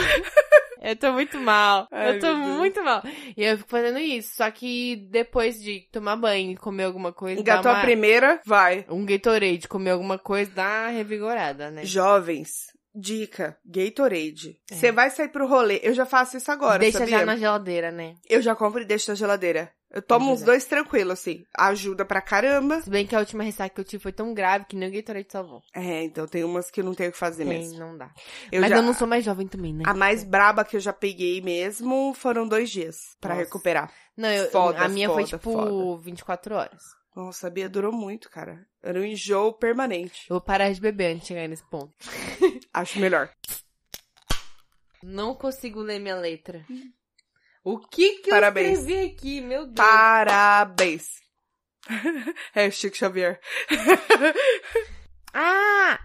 Speaker 4: Eu tô muito mal.
Speaker 3: Ai,
Speaker 4: eu tô
Speaker 3: meu Deus.
Speaker 4: muito mal. E eu fico fazendo isso. Só que depois de tomar banho e comer alguma coisa, dá
Speaker 3: Engatou a
Speaker 4: uma-
Speaker 3: primeira, vai.
Speaker 4: um Gatorade, comer alguma coisa, dá uma revigorada, né?
Speaker 3: Jovens, dica, Gatorade.
Speaker 4: É.
Speaker 3: Você vai sair pro rolê. Eu já faço isso agora,
Speaker 4: Deixa
Speaker 3: sabia?
Speaker 4: já na geladeira, né?
Speaker 3: Eu já compro e deixo na geladeira. Eu tomo
Speaker 4: Ajuda.
Speaker 3: uns dois tranquilo, assim. Ajuda pra caramba.
Speaker 4: Se bem que a última ressaca que eu tive foi tão grave que nem o Gatorade salvou.
Speaker 3: É, então tem umas que não tem o que fazer
Speaker 4: Tem,
Speaker 3: mesmo.
Speaker 4: não dá.
Speaker 3: Eu
Speaker 4: Mas
Speaker 3: já-
Speaker 4: eu não sou mais jovem também, né?
Speaker 3: A mais braba que eu já peguei mesmo foram dois dias pra
Speaker 4: Nossa.
Speaker 3: recuperar.
Speaker 4: não, eu,
Speaker 3: foda,
Speaker 4: a minha foi
Speaker 3: foda,
Speaker 4: tipo
Speaker 3: foda.
Speaker 4: 24 horas.
Speaker 3: Nossa, sabia? Durou muito, cara. Era um enjoo permanente.
Speaker 4: Eu vou parar de beber antes de chegar nesse ponto.
Speaker 3: Acho melhor.
Speaker 4: Não consigo ler minha letra. O que que
Speaker 3: Parabéns. Tá.
Speaker 4: eu escrevi aqui, meu Deus?
Speaker 3: Parabéns. é, Chico Xavier.
Speaker 4: Ah!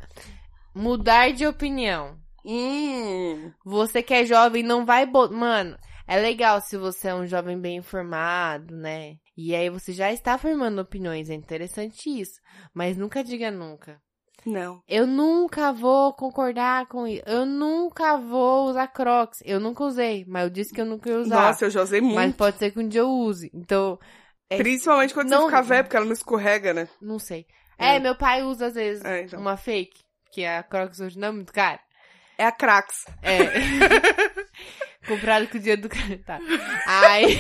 Speaker 4: Mudar de opinião.
Speaker 3: Hum.
Speaker 4: Você que é jovem, não vai. Bo... Mano, é legal se você é um jovem bem informado, né? E aí você já está formando opiniões. É interessante isso. Mas nunca diga nunca.
Speaker 3: Não.
Speaker 4: Eu nunca vou concordar com isso. Eu nunca vou usar Crocs. Eu nunca usei, mas eu disse que eu nunca ia usar.
Speaker 3: Nossa, eu já usei muito.
Speaker 4: mas pode ser que um dia eu use. Então, é-
Speaker 3: Principalmente quando
Speaker 4: não-
Speaker 3: você fica velho, porque ela não escorrega, né?
Speaker 4: não sei. É,
Speaker 3: É.
Speaker 4: meu pai usa às vezes
Speaker 3: É, então.
Speaker 4: uma fake, que a Crocs hoje não é muito cara.
Speaker 3: É a Crax.
Speaker 4: É. Comprado com o dinheiro do cara. Tá. Aí.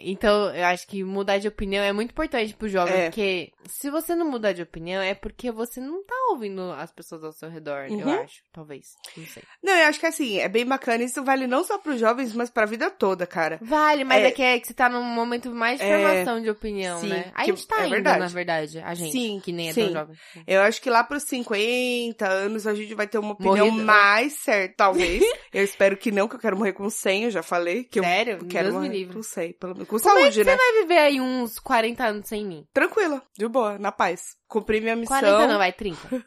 Speaker 4: Então, eu acho que mudar de opinião é muito importante pro jovem,
Speaker 3: É.
Speaker 4: porque se você não mudar de opinião, é porque você não tá ouvindo as pessoas ao seu redor, eu
Speaker 3: Uhum.
Speaker 4: acho. Talvez. Não sei.
Speaker 3: Não, eu acho que assim, é bem bacana. Isso vale não só pros jovens, mas pra vida toda, cara.
Speaker 4: Vale, mas
Speaker 3: É.
Speaker 4: é, que é que você tá num momento mais de
Speaker 3: É.
Speaker 4: formação de opinião,
Speaker 3: Sim,
Speaker 4: né? A
Speaker 3: que-
Speaker 4: gente tá
Speaker 3: é
Speaker 4: ainda,
Speaker 3: verdade.
Speaker 4: na verdade, a gente,
Speaker 3: Sim,
Speaker 4: que nem é
Speaker 3: sim.
Speaker 4: tão jovem.
Speaker 3: Eu acho que lá pros 50 anos a gente vai ter uma opinião
Speaker 4: Morrido. né?
Speaker 3: mais certa, talvez. eu espero que não, que eu quero morrer com 100, eu já falei. Que
Speaker 4: Sério?
Speaker 3: eu quero
Speaker 4: Deus me
Speaker 3: morrer
Speaker 4: livre. é
Speaker 3: com 100, pelo menos. Com saúde, né?
Speaker 4: Vai viver aí uns 40 anos sem mim.
Speaker 3: Tranquila, de boa, na paz. Cumpri minha
Speaker 4: 40 não,
Speaker 3: missão.
Speaker 4: vai, 30.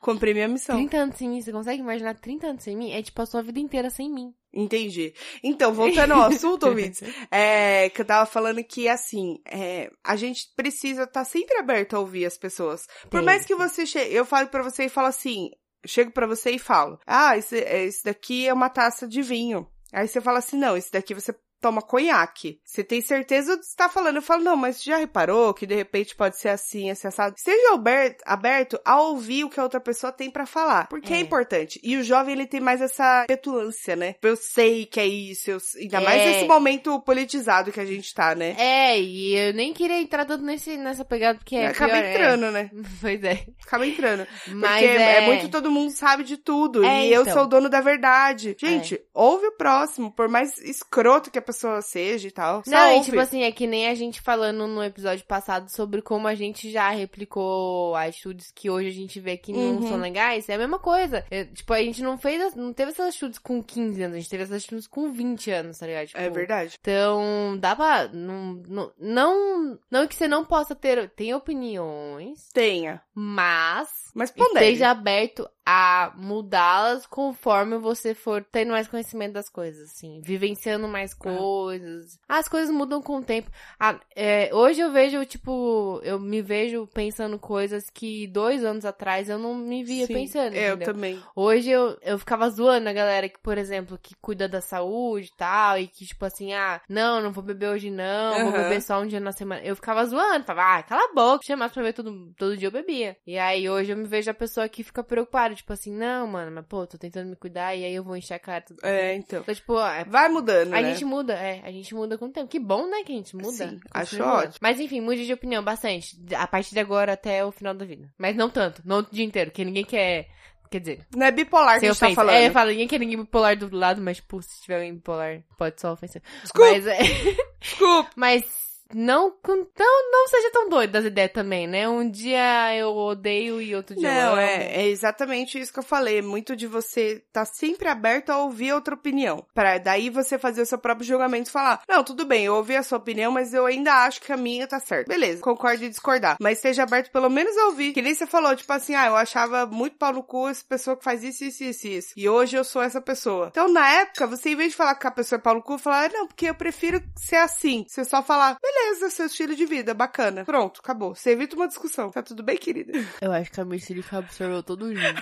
Speaker 3: Cumpri minha missão.
Speaker 4: 30 anos sem mim, você consegue imaginar 30 anos sem mim? É tipo a sua vida inteira sem mim.
Speaker 3: Entendi. Então, voltando ao assunto, ouvintes, É, que eu tava falando que, assim, é, a gente tá precisa estar sempre aberto a ouvir as pessoas. Por
Speaker 4: Tem.
Speaker 3: mais que você chegue, eu falo pra você e falo assim, Eu chego pra você e falo, ah, esse, é, esse daqui é uma taça de vinho. Aí você fala assim, não, esse daqui você toma conhaque. Você tem certeza do que está falando? Eu falo, não, mas já reparou que de repente pode ser assim, assim, assado? Esteja aberto, aberto a ouvir o que a outra pessoa tem para falar, porque é.
Speaker 4: É.
Speaker 3: importante. E o jovem, ele tem mais essa petulância, né? Eu sei que é isso, eu... ainda mais
Speaker 4: É.
Speaker 3: nesse momento politizado que a gente tá, né?
Speaker 4: É, e eu nem queria entrar tanto nesse, nessa pegada, porque é
Speaker 3: Acaba
Speaker 4: pior, é.
Speaker 3: entrando, né?
Speaker 4: Pois é.
Speaker 3: Acaba entrando. Porque
Speaker 4: Mas
Speaker 3: é...
Speaker 4: é...
Speaker 3: muito todo mundo sabe de tudo.
Speaker 4: É,
Speaker 3: e eu
Speaker 4: então. É.
Speaker 3: sou o dono da verdade. Gente, ouve o próximo, por mais escroto que a pessoa seja e tal. Só
Speaker 4: Não, e
Speaker 3: ouve.
Speaker 4: tipo assim, é que nem a gente falando no episódio passado sobre como a gente já replicou atitudes que hoje a gente vê que não
Speaker 3: Uhum.
Speaker 4: são legais, é a mesma coisa. É, tipo, a gente não fez, as- não teve essas atitudes com 15 anos, a gente teve essas atitudes com 20 anos, tá ligado?
Speaker 3: É
Speaker 4: Tipo,
Speaker 3: verdade.
Speaker 4: Então, dá pra. Não, não, não, não que você não possa ter. Tem opiniões,
Speaker 3: Tenha.
Speaker 4: mas
Speaker 3: Mas pondere.
Speaker 4: esteja aberto a mudá-las conforme você for tendo mais conhecimento das coisas, assim, vivenciando
Speaker 3: Ah.
Speaker 4: mais coisas. As coisas mudam com o tempo. Ah, é, hoje eu vejo, tipo, eu me vejo pensando coisas que dois anos atrás eu não me via
Speaker 3: Sim, é,
Speaker 4: pensando.
Speaker 3: Eu
Speaker 4: entendeu?
Speaker 3: também.
Speaker 4: Hoje eu, eu ficava zoando a galera que, por exemplo, que cuida da saúde e tal, e que, tipo assim, ah, não, não vou beber hoje não, vou
Speaker 3: Aham.
Speaker 4: beber só um dia na semana. Eu ficava zoando, falava, ah, cala a boca, chamasse pra beber todo, todo dia eu bebia. E aí hoje eu me vejo a pessoa que fica preocupada, tipo assim, não, mano, mas pô, tô tentando me cuidar e aí eu vou encher a cara. tudo.
Speaker 3: É, então.
Speaker 4: Então, tipo, é
Speaker 3: Vai mudando,
Speaker 4: a
Speaker 3: né?
Speaker 4: gente muda, é. A gente muda com o tempo. Que bom, né, que a gente muda.
Speaker 3: Sim,
Speaker 4: Continua
Speaker 3: acho
Speaker 4: mudando.
Speaker 3: ótimo.
Speaker 4: Mas enfim, mude de opinião bastante. A partir de agora até o final da vida. Mas não tanto, não o dia inteiro, que ninguém quer... Quer dizer,
Speaker 3: Não é bipolar que
Speaker 4: sem
Speaker 3: a gente tá
Speaker 4: ofensa.
Speaker 3: falando.
Speaker 4: É, eu falo, ninguém quer ninguém bipolar do lado, mas, pô, se tiver alguém bipolar, pode só ofensar.
Speaker 3: Desculpa,
Speaker 4: Mas, é,
Speaker 3: desculpa.
Speaker 4: mas não, com- não, não seja tão doido das ideias também, né? Um dia eu odeio e outro dia eu
Speaker 3: Não,
Speaker 4: amo.
Speaker 3: é, é exatamente isso que eu falei. Muito de você tá sempre aberto a ouvir outra opinião. Pra daí você fazer o seu próprio julgamento e falar: Não, tudo bem, eu ouvi a sua opinião, mas eu ainda acho que a minha tá certa. Beleza, concordo e discordar. Mas esteja aberto pelo menos a ouvir. Que nem você falou, tipo assim, ah, eu achava muito pau no cu essa pessoa que faz isso, isso, isso, isso. E hoje eu sou essa pessoa. Então, na época, você, em vez de falar que a pessoa é pau no cu, falar, "Ah, não, porque eu prefiro ser assim. Você só falar, beleza, seu estilo de vida, bacana. Pronto, acabou. Você evita uma discussão. Tá tudo bem, querida?
Speaker 4: Eu acho que a Mercedes absorveu todo o jogo.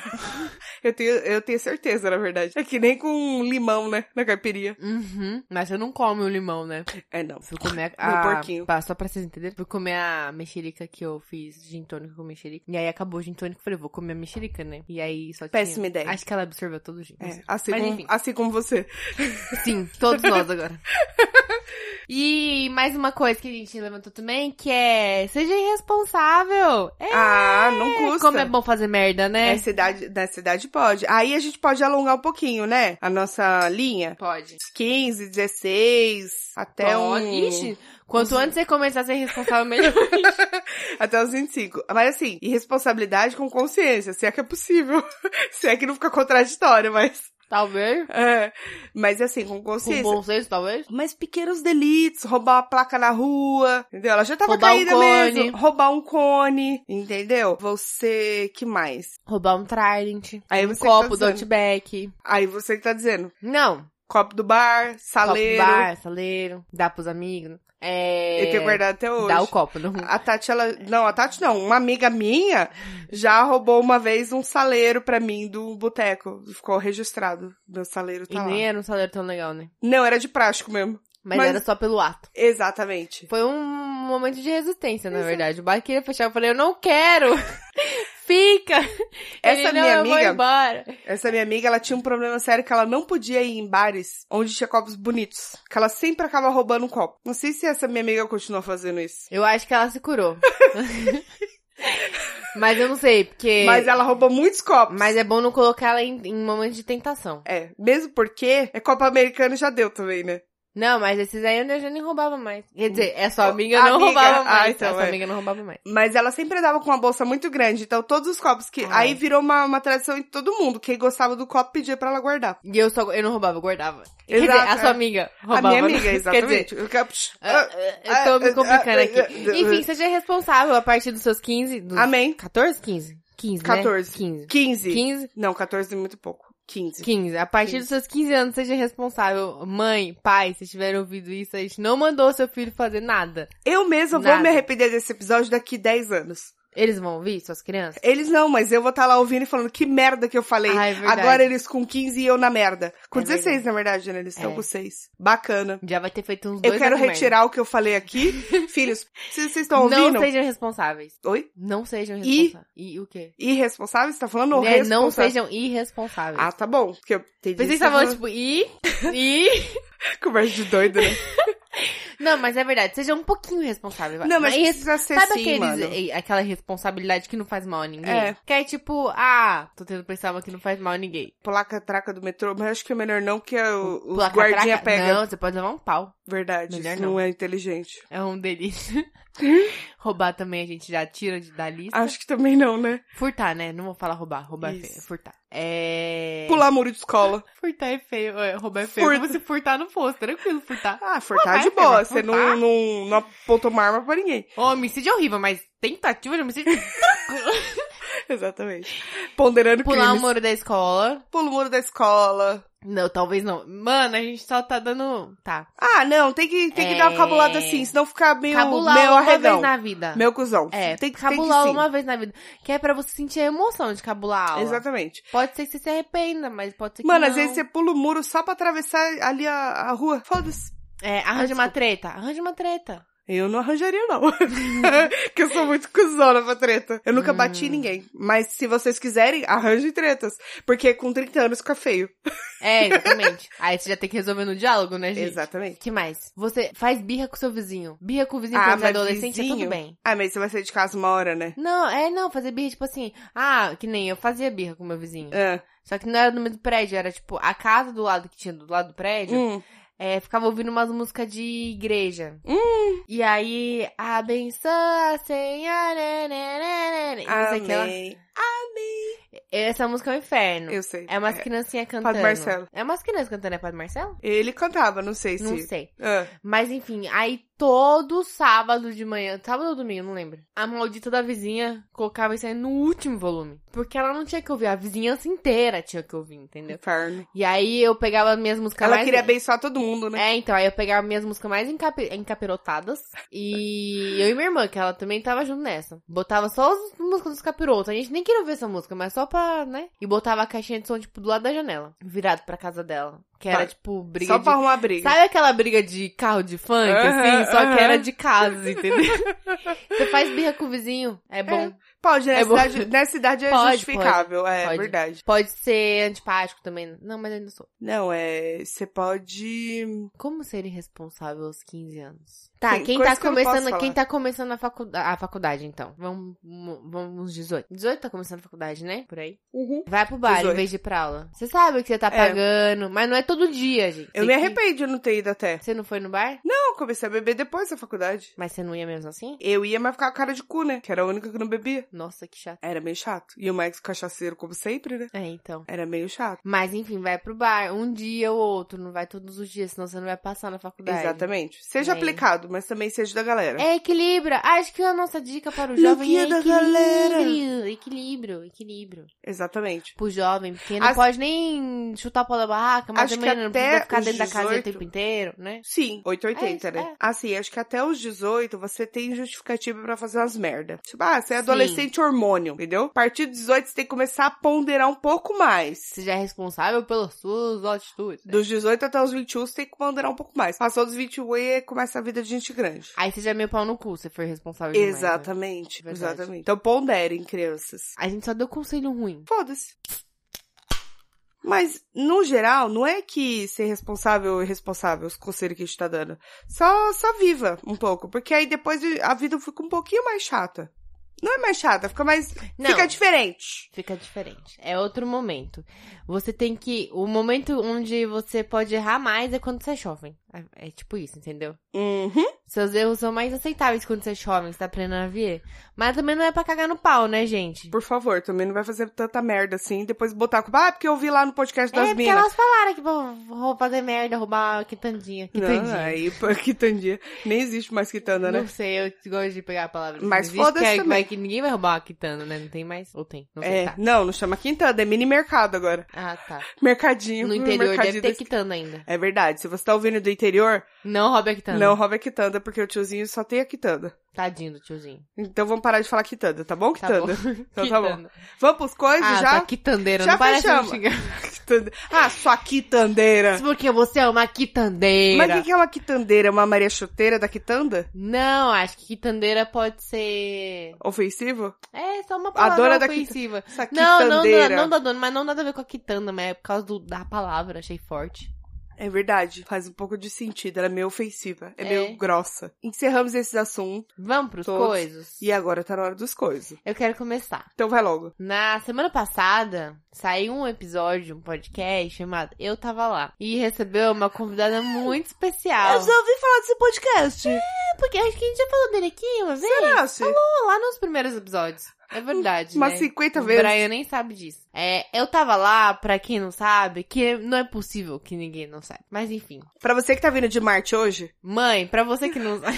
Speaker 3: Eu tenho, eu tenho certeza, na verdade. É que nem com limão, né? Na caipirinha.
Speaker 4: uhum. Mas você não come o limão, né?
Speaker 3: É, não.
Speaker 4: Fui comer
Speaker 3: Meu
Speaker 4: a...
Speaker 3: porquinho.
Speaker 4: Pá, só pra vocês entenderem, fui comer a mexerica que eu fiz, gin tônica com mexerica. E aí acabou o gin tônico, falei, vou comer a mexerica, né? E aí só tinha...
Speaker 3: Péssima ideia.
Speaker 4: Acho que ela absorveu todo o gin. não
Speaker 3: É,
Speaker 4: sei.
Speaker 3: assim,
Speaker 4: Mas
Speaker 3: como-
Speaker 4: enfim.
Speaker 3: assim como você.
Speaker 4: Sim, todos nós agora. E mais uma coisa que a gente levantou também, que é seja irresponsável. É,
Speaker 3: Ah, não custa.
Speaker 4: como é bom fazer merda, né?
Speaker 3: É, cidade, da cidade pode. Aí a gente pode alongar um pouquinho, né? A nossa linha.
Speaker 4: Pode.
Speaker 3: 15, 16, até
Speaker 4: Pode.
Speaker 3: um...
Speaker 4: Então, Ixi, quanto antes você começar a ser responsável, melhor.
Speaker 3: Até os 25. Mas assim, irresponsabilidade com consciência, se é que é possível. se é que não fica contraditório, mas...
Speaker 4: talvez.
Speaker 3: É. Mas assim, com
Speaker 4: Com
Speaker 3: consciência.
Speaker 4: bom senso, talvez.
Speaker 3: Mas pequenos delitos, roubar uma placa na rua, entendeu? Ela já tava
Speaker 4: Roubar um
Speaker 3: caída
Speaker 4: cone.
Speaker 3: mesmo. Roubar um cone, entendeu? Você, que mais?
Speaker 4: Roubar um trident.
Speaker 3: Aí
Speaker 4: Um
Speaker 3: você
Speaker 4: copo
Speaker 3: que
Speaker 4: do
Speaker 3: tá dizendo.
Speaker 4: Outback.
Speaker 3: Aí você que tá dizendo.
Speaker 4: Não.
Speaker 3: Copo do bar, saleiro.
Speaker 4: Copo do bar, saleiro. Dá pros amigos. É...
Speaker 3: Eu tenho guardado até hoje. Tá
Speaker 4: Dá o copo, não.
Speaker 3: A Tati, ela... Não, a Tati não. Uma amiga minha já roubou uma vez um saleiro pra mim do boteco. Ficou registrado. Meu saleiro
Speaker 4: E
Speaker 3: tá lá.
Speaker 4: nem era um saleiro tão legal, né?
Speaker 3: Não, era de plástico mesmo.
Speaker 4: Mas
Speaker 3: Mas-
Speaker 4: era só pelo ato.
Speaker 3: Exatamente.
Speaker 4: Foi um momento de resistência, na verdade. O bar queria fechar, eu falei, eu não quero! Fica!
Speaker 3: Essa
Speaker 4: Ele,
Speaker 3: minha
Speaker 4: não, eu
Speaker 3: amiga-
Speaker 4: vou embora.
Speaker 3: Essa minha amiga, ela tinha um problema sério que ela não podia ir em bares onde tinha copos bonitos. Que ela sempre acaba roubando um copo. Não sei se essa minha amiga continua fazendo isso.
Speaker 4: Eu acho que ela se curou. Mas eu não sei, porque...
Speaker 3: Mas ela rouba muitos copos.
Speaker 4: É. Mas é bom não colocar ela em, em momentos de tentação.
Speaker 3: É, mesmo porque é Copa Americana já deu também, né?
Speaker 4: Não, mas esses aí eu já nem roubava mais. Quer dizer, essa amiga não
Speaker 3: Amiga.
Speaker 4: roubava
Speaker 3: Ah,
Speaker 4: mais.
Speaker 3: então,
Speaker 4: essa
Speaker 3: é.
Speaker 4: amiga não roubava mais.
Speaker 3: Mas ela sempre andava com uma bolsa muito grande, então todos os copos que.
Speaker 4: Ah,
Speaker 3: Aí
Speaker 4: é.
Speaker 3: virou uma, uma tradição em todo mundo. Quem gostava do copo pedia pra ela guardar.
Speaker 4: E eu só... Eu não roubava, eu guardava. Quer
Speaker 3: Exato,
Speaker 4: dizer, a sua
Speaker 3: é.
Speaker 4: amiga roubava.
Speaker 3: a minha
Speaker 4: né?
Speaker 3: amiga,
Speaker 4: Quer dizer,
Speaker 3: exatamente. Eu quero- Psh,
Speaker 4: Ah,
Speaker 3: ah,
Speaker 4: Eu tô me complicando
Speaker 3: ah, ah,
Speaker 4: aqui.
Speaker 3: ah,
Speaker 4: Enfim, seja responsável a partir dos seus 15. Dos
Speaker 3: Amém.
Speaker 4: 14? 15. 15.
Speaker 3: 14.
Speaker 4: Né? 15.
Speaker 3: 15.
Speaker 4: 15.
Speaker 3: Não, 14 é muito pouco. 15.
Speaker 4: 15. A partir dos seus 15 anos, seja responsável. Mãe, pai, se tiveram ouvido isso, a gente não mandou seu filho fazer nada.
Speaker 3: Eu mesma vou
Speaker 4: Nada.
Speaker 3: me arrepender desse episódio daqui 10 anos.
Speaker 4: Eles vão ouvir, suas crianças?
Speaker 3: Eles não, mas eu vou estar lá ouvindo e falando que merda que eu falei.
Speaker 4: Ah, é verdade.
Speaker 3: Agora eles com 15 e eu na merda. Com
Speaker 4: É
Speaker 3: 16, na verdade, né? Eles estão
Speaker 4: É.
Speaker 3: com 6. Bacana.
Speaker 4: Já vai ter feito uns dois
Speaker 3: Eu quero
Speaker 4: anos merda.
Speaker 3: retirar o que eu falei aqui. Filhos, se vocês estão ouvindo...
Speaker 4: Não sejam responsáveis.
Speaker 3: Oi?
Speaker 4: Não sejam
Speaker 3: E-
Speaker 4: responsáveis. E, o quê?
Speaker 3: Irresponsável? Você tá falando? ou
Speaker 4: Né, Não
Speaker 3: responsável?
Speaker 4: sejam irresponsáveis.
Speaker 3: Ah, tá bom. Porque eu entendi.
Speaker 4: Pensei que
Speaker 3: Você tá
Speaker 4: estavam, tipo, e... e...
Speaker 3: falando- Conversa de doido, né?
Speaker 4: Não, mas é verdade. Sejam um pouquinho responsáveis. vai.
Speaker 3: Não, mas
Speaker 4: Irres-
Speaker 3: precisa ser
Speaker 4: Sabe
Speaker 3: sim,
Speaker 4: aqueles-
Speaker 3: mano.
Speaker 4: eh, aquela responsabilidade que não faz mal a ninguém?
Speaker 3: É.
Speaker 4: Que é tipo, ah, tô tendo pensar uma que não faz mal a ninguém.
Speaker 3: Placa-traca do metrô, mas acho que é melhor não, que a- o, o
Speaker 4: Placa,
Speaker 3: guardinha
Speaker 4: traca.
Speaker 3: pega.
Speaker 4: Não, você pode levar um pau.
Speaker 3: Verdade,
Speaker 4: Melhor
Speaker 3: isso não.
Speaker 4: não.
Speaker 3: é inteligente.
Speaker 4: É um delícia. roubar também a gente já tira de, da lista.
Speaker 3: Acho que também não, né?
Speaker 4: Furtar, né? Não vou falar roubar. Roubar é
Speaker 3: Isso.
Speaker 4: feio. Furtar. É...
Speaker 3: Pular muro de escola.
Speaker 4: Furtar é feio. é, Roubar é feio.
Speaker 3: Furta.
Speaker 4: Como se furtar não fosse. Tranquilo, furtar.
Speaker 3: Ah, furtar
Speaker 4: Ué,
Speaker 3: de
Speaker 4: mas
Speaker 3: boa.
Speaker 4: vai
Speaker 3: Você não,
Speaker 4: furtar?
Speaker 3: não, não apontou uma arma pra ninguém.
Speaker 4: Homicídio é horrível, mas tentativa de homicídio...
Speaker 3: Exatamente. Ponderando
Speaker 4: Pular o
Speaker 3: crimes.
Speaker 4: muro da escola.
Speaker 3: Pula o muro da escola.
Speaker 4: Não, talvez não. Mano, a gente só tá dando... Tá.
Speaker 3: Ah, não, tem que, tem que
Speaker 4: É.
Speaker 3: dar uma cabulada assim, senão fica meio,
Speaker 4: Cabular
Speaker 3: meio
Speaker 4: uma
Speaker 3: arredão.
Speaker 4: vez na vida.
Speaker 3: Meu cuzão.
Speaker 4: É,
Speaker 3: tem que
Speaker 4: cabular
Speaker 3: tem que sim.
Speaker 4: uma vez na vida. Que é pra você sentir a emoção de cabular a aula.
Speaker 3: Exatamente.
Speaker 4: Pode ser que você se arrependa, mas pode ser que
Speaker 3: Mano,
Speaker 4: não.
Speaker 3: às vezes você pula o muro só pra atravessar ali a, a rua. Foda-se.
Speaker 4: É, arranja uma treta. Arranja uma treta.
Speaker 3: Eu não arranjaria, não. Porque eu sou muito cuzona pra treta. Eu nunca bati em
Speaker 4: Hum.
Speaker 3: ninguém. Mas se vocês quiserem, arranjem tretas. Porque com 30 anos fica feio.
Speaker 4: É, exatamente. Aí você já tem que resolver no diálogo, né, gente?
Speaker 3: Exatamente.
Speaker 4: que mais? Você faz birra com seu vizinho. Birra com o vizinho
Speaker 3: Ah,
Speaker 4: quando você é
Speaker 3: mas
Speaker 4: adolescente é
Speaker 3: vizinho?
Speaker 4: tudo bem.
Speaker 3: Ah, mas você vai sair de casa uma hora, né?
Speaker 4: Não, é não, fazer birra tipo assim. Ah, que nem eu fazia birra com meu vizinho.
Speaker 3: É.
Speaker 4: Só que não era no mesmo prédio, era tipo a casa do lado que tinha do lado do prédio.
Speaker 3: Hum.
Speaker 4: É, ficava ouvindo umas músicas de igreja.
Speaker 3: Hum.
Speaker 4: E aí, a benção, Senhor, né, né, né, né,
Speaker 3: Ah, hum,
Speaker 4: né, e não sei o que lá.
Speaker 3: Amém.
Speaker 4: Essa música é o inferno.
Speaker 3: Eu sei.
Speaker 4: É umas criancinhas cantando.
Speaker 3: Marcelo.
Speaker 4: É umas crianças cantando, é Padre Marcelo?
Speaker 3: Ele cantava, não sei se...
Speaker 4: Não sei.
Speaker 3: Ah.
Speaker 4: Mas enfim, aí todo sábado de manhã, sábado ou domingo, não lembro. A maldita da vizinha colocava isso aí no último volume. Porque ela não tinha que ouvir, a vizinhança inteira tinha que ouvir, entendeu?
Speaker 3: Inferno.
Speaker 4: E aí eu pegava as minhas músicas
Speaker 3: Ela
Speaker 4: mais-
Speaker 3: queria abençoar todo mundo, né?
Speaker 4: É, então, aí eu pegava minhas músicas mais encape- encapirotadas. E eu e minha irmã, que ela também tava junto nessa. Botava só as músicas dos capirotos. A gente nem queria ouvir essa música, mas só pra, né? E botava a caixinha de som, tipo, do lado da janela. Virado pra casa dela. Que era,
Speaker 3: Tá.
Speaker 4: tipo, briga
Speaker 3: Só
Speaker 4: de...
Speaker 3: pra arrumar briga.
Speaker 4: Sabe aquela briga de carro de funk,
Speaker 3: Aham,
Speaker 4: assim? Só
Speaker 3: aham.
Speaker 4: que era de casa, entendeu? Você faz birra com o vizinho, é bom.
Speaker 3: Pode, né?
Speaker 4: É bom.
Speaker 3: cidade, nessa idade é
Speaker 4: Pode,
Speaker 3: justificável. É
Speaker 4: pode.
Speaker 3: verdade.
Speaker 4: Pode ser antipático também. Não, mas ainda sou.
Speaker 3: Não, é... Você pode...
Speaker 4: Como ser irresponsável aos 15 anos? Tá,
Speaker 3: Tem
Speaker 4: quem
Speaker 3: coisa
Speaker 4: tá
Speaker 3: que eu não posso
Speaker 4: começando, quem
Speaker 3: falar.
Speaker 4: tá começando a, facu a faculdade, então? Vamos, vamos 18. 18 tá começando a faculdade, né? Por aí.
Speaker 3: Uhum.
Speaker 4: Vai pro bar
Speaker 3: 18.
Speaker 4: em vez de ir pra aula. Você sabe que você tá
Speaker 3: É.
Speaker 4: pagando, mas não é todo dia, gente.
Speaker 3: Eu
Speaker 4: Tem
Speaker 3: me
Speaker 4: que-
Speaker 3: arrependo de não ter ido até.
Speaker 4: Você não foi no bar?
Speaker 3: Não, eu comecei a beber depois da faculdade.
Speaker 4: Mas você não ia mesmo assim?
Speaker 3: Eu ia, mas ficava com cara de cu, né? Que era a única que não bebia.
Speaker 4: Nossa, que chato.
Speaker 3: Era meio chato. E o Max cachaceiro, como sempre, né?
Speaker 4: É, então.
Speaker 3: Era meio chato.
Speaker 4: Mas enfim, vai pro bar um dia ou outro, não vai todos os dias, senão você não vai passar na faculdade.
Speaker 3: Exatamente. Seja
Speaker 4: É.
Speaker 3: aplicado, mas também seja da galera.
Speaker 4: É equilíbrio. Acho que a nossa dica para o
Speaker 3: Luquinha
Speaker 4: jovem é
Speaker 3: da
Speaker 4: equilíbrio.
Speaker 3: galera.
Speaker 4: Equilíbrio, equilíbrio.
Speaker 3: Exatamente.
Speaker 4: Pro jovem, porque não
Speaker 3: As-
Speaker 4: pode nem chutar o pau da barraca, mas
Speaker 3: Acho
Speaker 4: também
Speaker 3: que
Speaker 4: não
Speaker 3: até
Speaker 4: precisa ficar
Speaker 3: os
Speaker 4: dentro da casa o
Speaker 3: 18.
Speaker 4: tempo inteiro, né?
Speaker 3: Sim, 880,
Speaker 4: É isso,
Speaker 3: né?
Speaker 4: é.
Speaker 3: Assim, acho que até os 18 você tem justificativa pra fazer umas merda. Tipo, ah, você é
Speaker 4: Sim.
Speaker 3: adolescente hormônio, entendeu? A partir dos 18 você tem que começar a ponderar um pouco mais.
Speaker 4: Você já é responsável pelas suas atitudes. né?
Speaker 3: Dos 18 até os 21 você tem que ponderar um pouco mais. Passou dos 21 e um começa a vida de gente grande.
Speaker 4: Aí você já é meio pau no cu, você foi responsável demais, né?
Speaker 3: Exatamente,
Speaker 4: Verdade.
Speaker 3: exatamente. Então ponderem, crianças.
Speaker 4: A gente só deu conselho ruim.
Speaker 3: Foda-se. Mas, no geral, não é que ser responsável e responsável, os conselhos que a gente tá dando. Só, só viva um pouco, porque aí depois a vida fica um pouquinho mais chata. Não é mais chata, fica mais.
Speaker 4: Não.
Speaker 3: Fica diferente.
Speaker 4: Fica diferente. É outro momento. Você tem que. O momento onde você pode errar mais é quando você é jovem. É, é tipo isso, entendeu?
Speaker 3: Uhum.
Speaker 4: Seus erros são mais aceitáveis quando você é jovem, você tá aprendendo a ver. Mas também não é pra cagar no pau, né, gente?
Speaker 3: Por favor, também não vai fazer tanta merda assim, depois botar a culpa. Ah, porque eu vi lá no podcast das
Speaker 4: é porque
Speaker 3: minas.
Speaker 4: elas falaram que vão vão fazer merda, roubar quitandinha. Quitandinha.
Speaker 3: Não, aí, pô, quitandinha. Nem existe mais quitanda, né?
Speaker 4: Não sei, eu gosto de pegar a palavra.
Speaker 3: Mas
Speaker 4: Existe
Speaker 3: foda-se
Speaker 4: que é-
Speaker 3: também.
Speaker 4: mas que ninguém vai roubar uma quitanda, né? Não tem mais? Ou tem? Não sei.
Speaker 3: É,
Speaker 4: Tá.
Speaker 3: não, não chama quintanda, é mini mercado agora.
Speaker 4: Ah, tá.
Speaker 3: Mercadinho.
Speaker 4: No interior
Speaker 3: mercadinho
Speaker 4: deve ter
Speaker 3: desse-
Speaker 4: quitanda ainda.
Speaker 3: É verdade. Se você tá ouvindo do interior,
Speaker 4: Não roube a quitanda.
Speaker 3: não roube a quitanda, Quitanda, porque o tiozinho só tem a Quitanda.
Speaker 4: Tadinho do tiozinho.
Speaker 3: Então vamos parar de falar Quitanda, tá bom,
Speaker 4: Tá
Speaker 3: Quitanda?
Speaker 4: bom.
Speaker 3: Então tá bom.
Speaker 4: Quitanda.
Speaker 3: Vamos pros coisas
Speaker 4: Ah,
Speaker 3: já?
Speaker 4: tá quitandeira,
Speaker 3: já
Speaker 4: não parece um
Speaker 3: fechamos.
Speaker 4: xingamento.
Speaker 3: Quitanda- Ah, sua Quitandeira.
Speaker 4: Porque você é uma quitandeira.
Speaker 3: Mas o que, que é uma Quitandeira? Uma Maria Chuteira da Quitanda?
Speaker 4: Não, acho que quitandeira pode ser...
Speaker 3: Ofensivo?
Speaker 4: É, só uma
Speaker 3: A
Speaker 4: palavra
Speaker 3: dona da
Speaker 4: ofensiva.
Speaker 3: Essa
Speaker 4: Não, não, da-
Speaker 3: Quitandeira.
Speaker 4: não da dona, mas não nada a ver com a quitanda, mas é por causa do- da palavra, achei forte.
Speaker 3: É verdade. Faz um pouco de sentido. Ela é meio ofensiva. É,
Speaker 4: É.
Speaker 3: meio grossa. Encerramos esses assuntos.
Speaker 4: Vamos pros
Speaker 3: Todos.
Speaker 4: coisas?
Speaker 3: E agora tá na hora dos coisas.
Speaker 4: Eu quero começar.
Speaker 3: Então vai logo.
Speaker 4: Na semana passada, saiu um episódio, um podcast chamado Eu Tava Lá. E recebeu uma convidada muito especial.
Speaker 3: ouvi falar desse podcast.
Speaker 4: É, porque acho que a gente já falou dele aqui uma vez.
Speaker 3: Será? se-
Speaker 4: Falou lá nos primeiros episódios. É verdade,
Speaker 3: Umas
Speaker 4: né?
Speaker 3: 50
Speaker 4: o
Speaker 3: vezes.
Speaker 4: Brian nem sabe disso. É, eu tava lá, pra quem não sabe, que não é possível que ninguém não saiba. Mas enfim.
Speaker 3: Pra você que tá vindo de Marte hoje,
Speaker 4: Mãe, pra você que não sabe.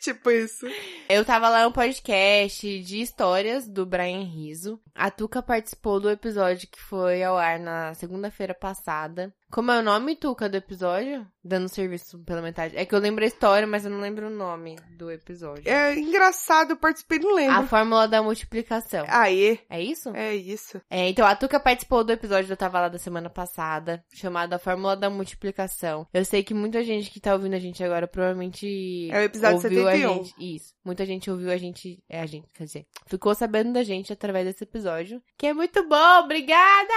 Speaker 3: tipo isso.
Speaker 4: Eu tava lá no podcast de histórias do Brian Riso. A Tuca participou do episódio que foi ao ar na segunda-feira passada. Como é o nome, Tuca, do episódio? Dando serviço pela metade. É que eu lembro a história, mas eu não lembro o nome do episódio.
Speaker 3: É engraçado, eu participei, não
Speaker 4: A
Speaker 3: lembro.
Speaker 4: fórmula da multiplicação.
Speaker 3: Aê,
Speaker 4: É isso?
Speaker 3: é isso.
Speaker 4: É, então, a Tuca participou do episódio do Eu Tava Lá da semana passada, chamado A Fórmula da Multiplicação. Eu sei que muita gente que tá ouvindo a gente agora provavelmente.
Speaker 3: É o episódio
Speaker 4: ouviu a
Speaker 3: 71.
Speaker 4: gente. Isso. Muita gente ouviu a gente. É, a gente, quer dizer, ficou sabendo da gente através desse episódio, que é muito bom, obrigada!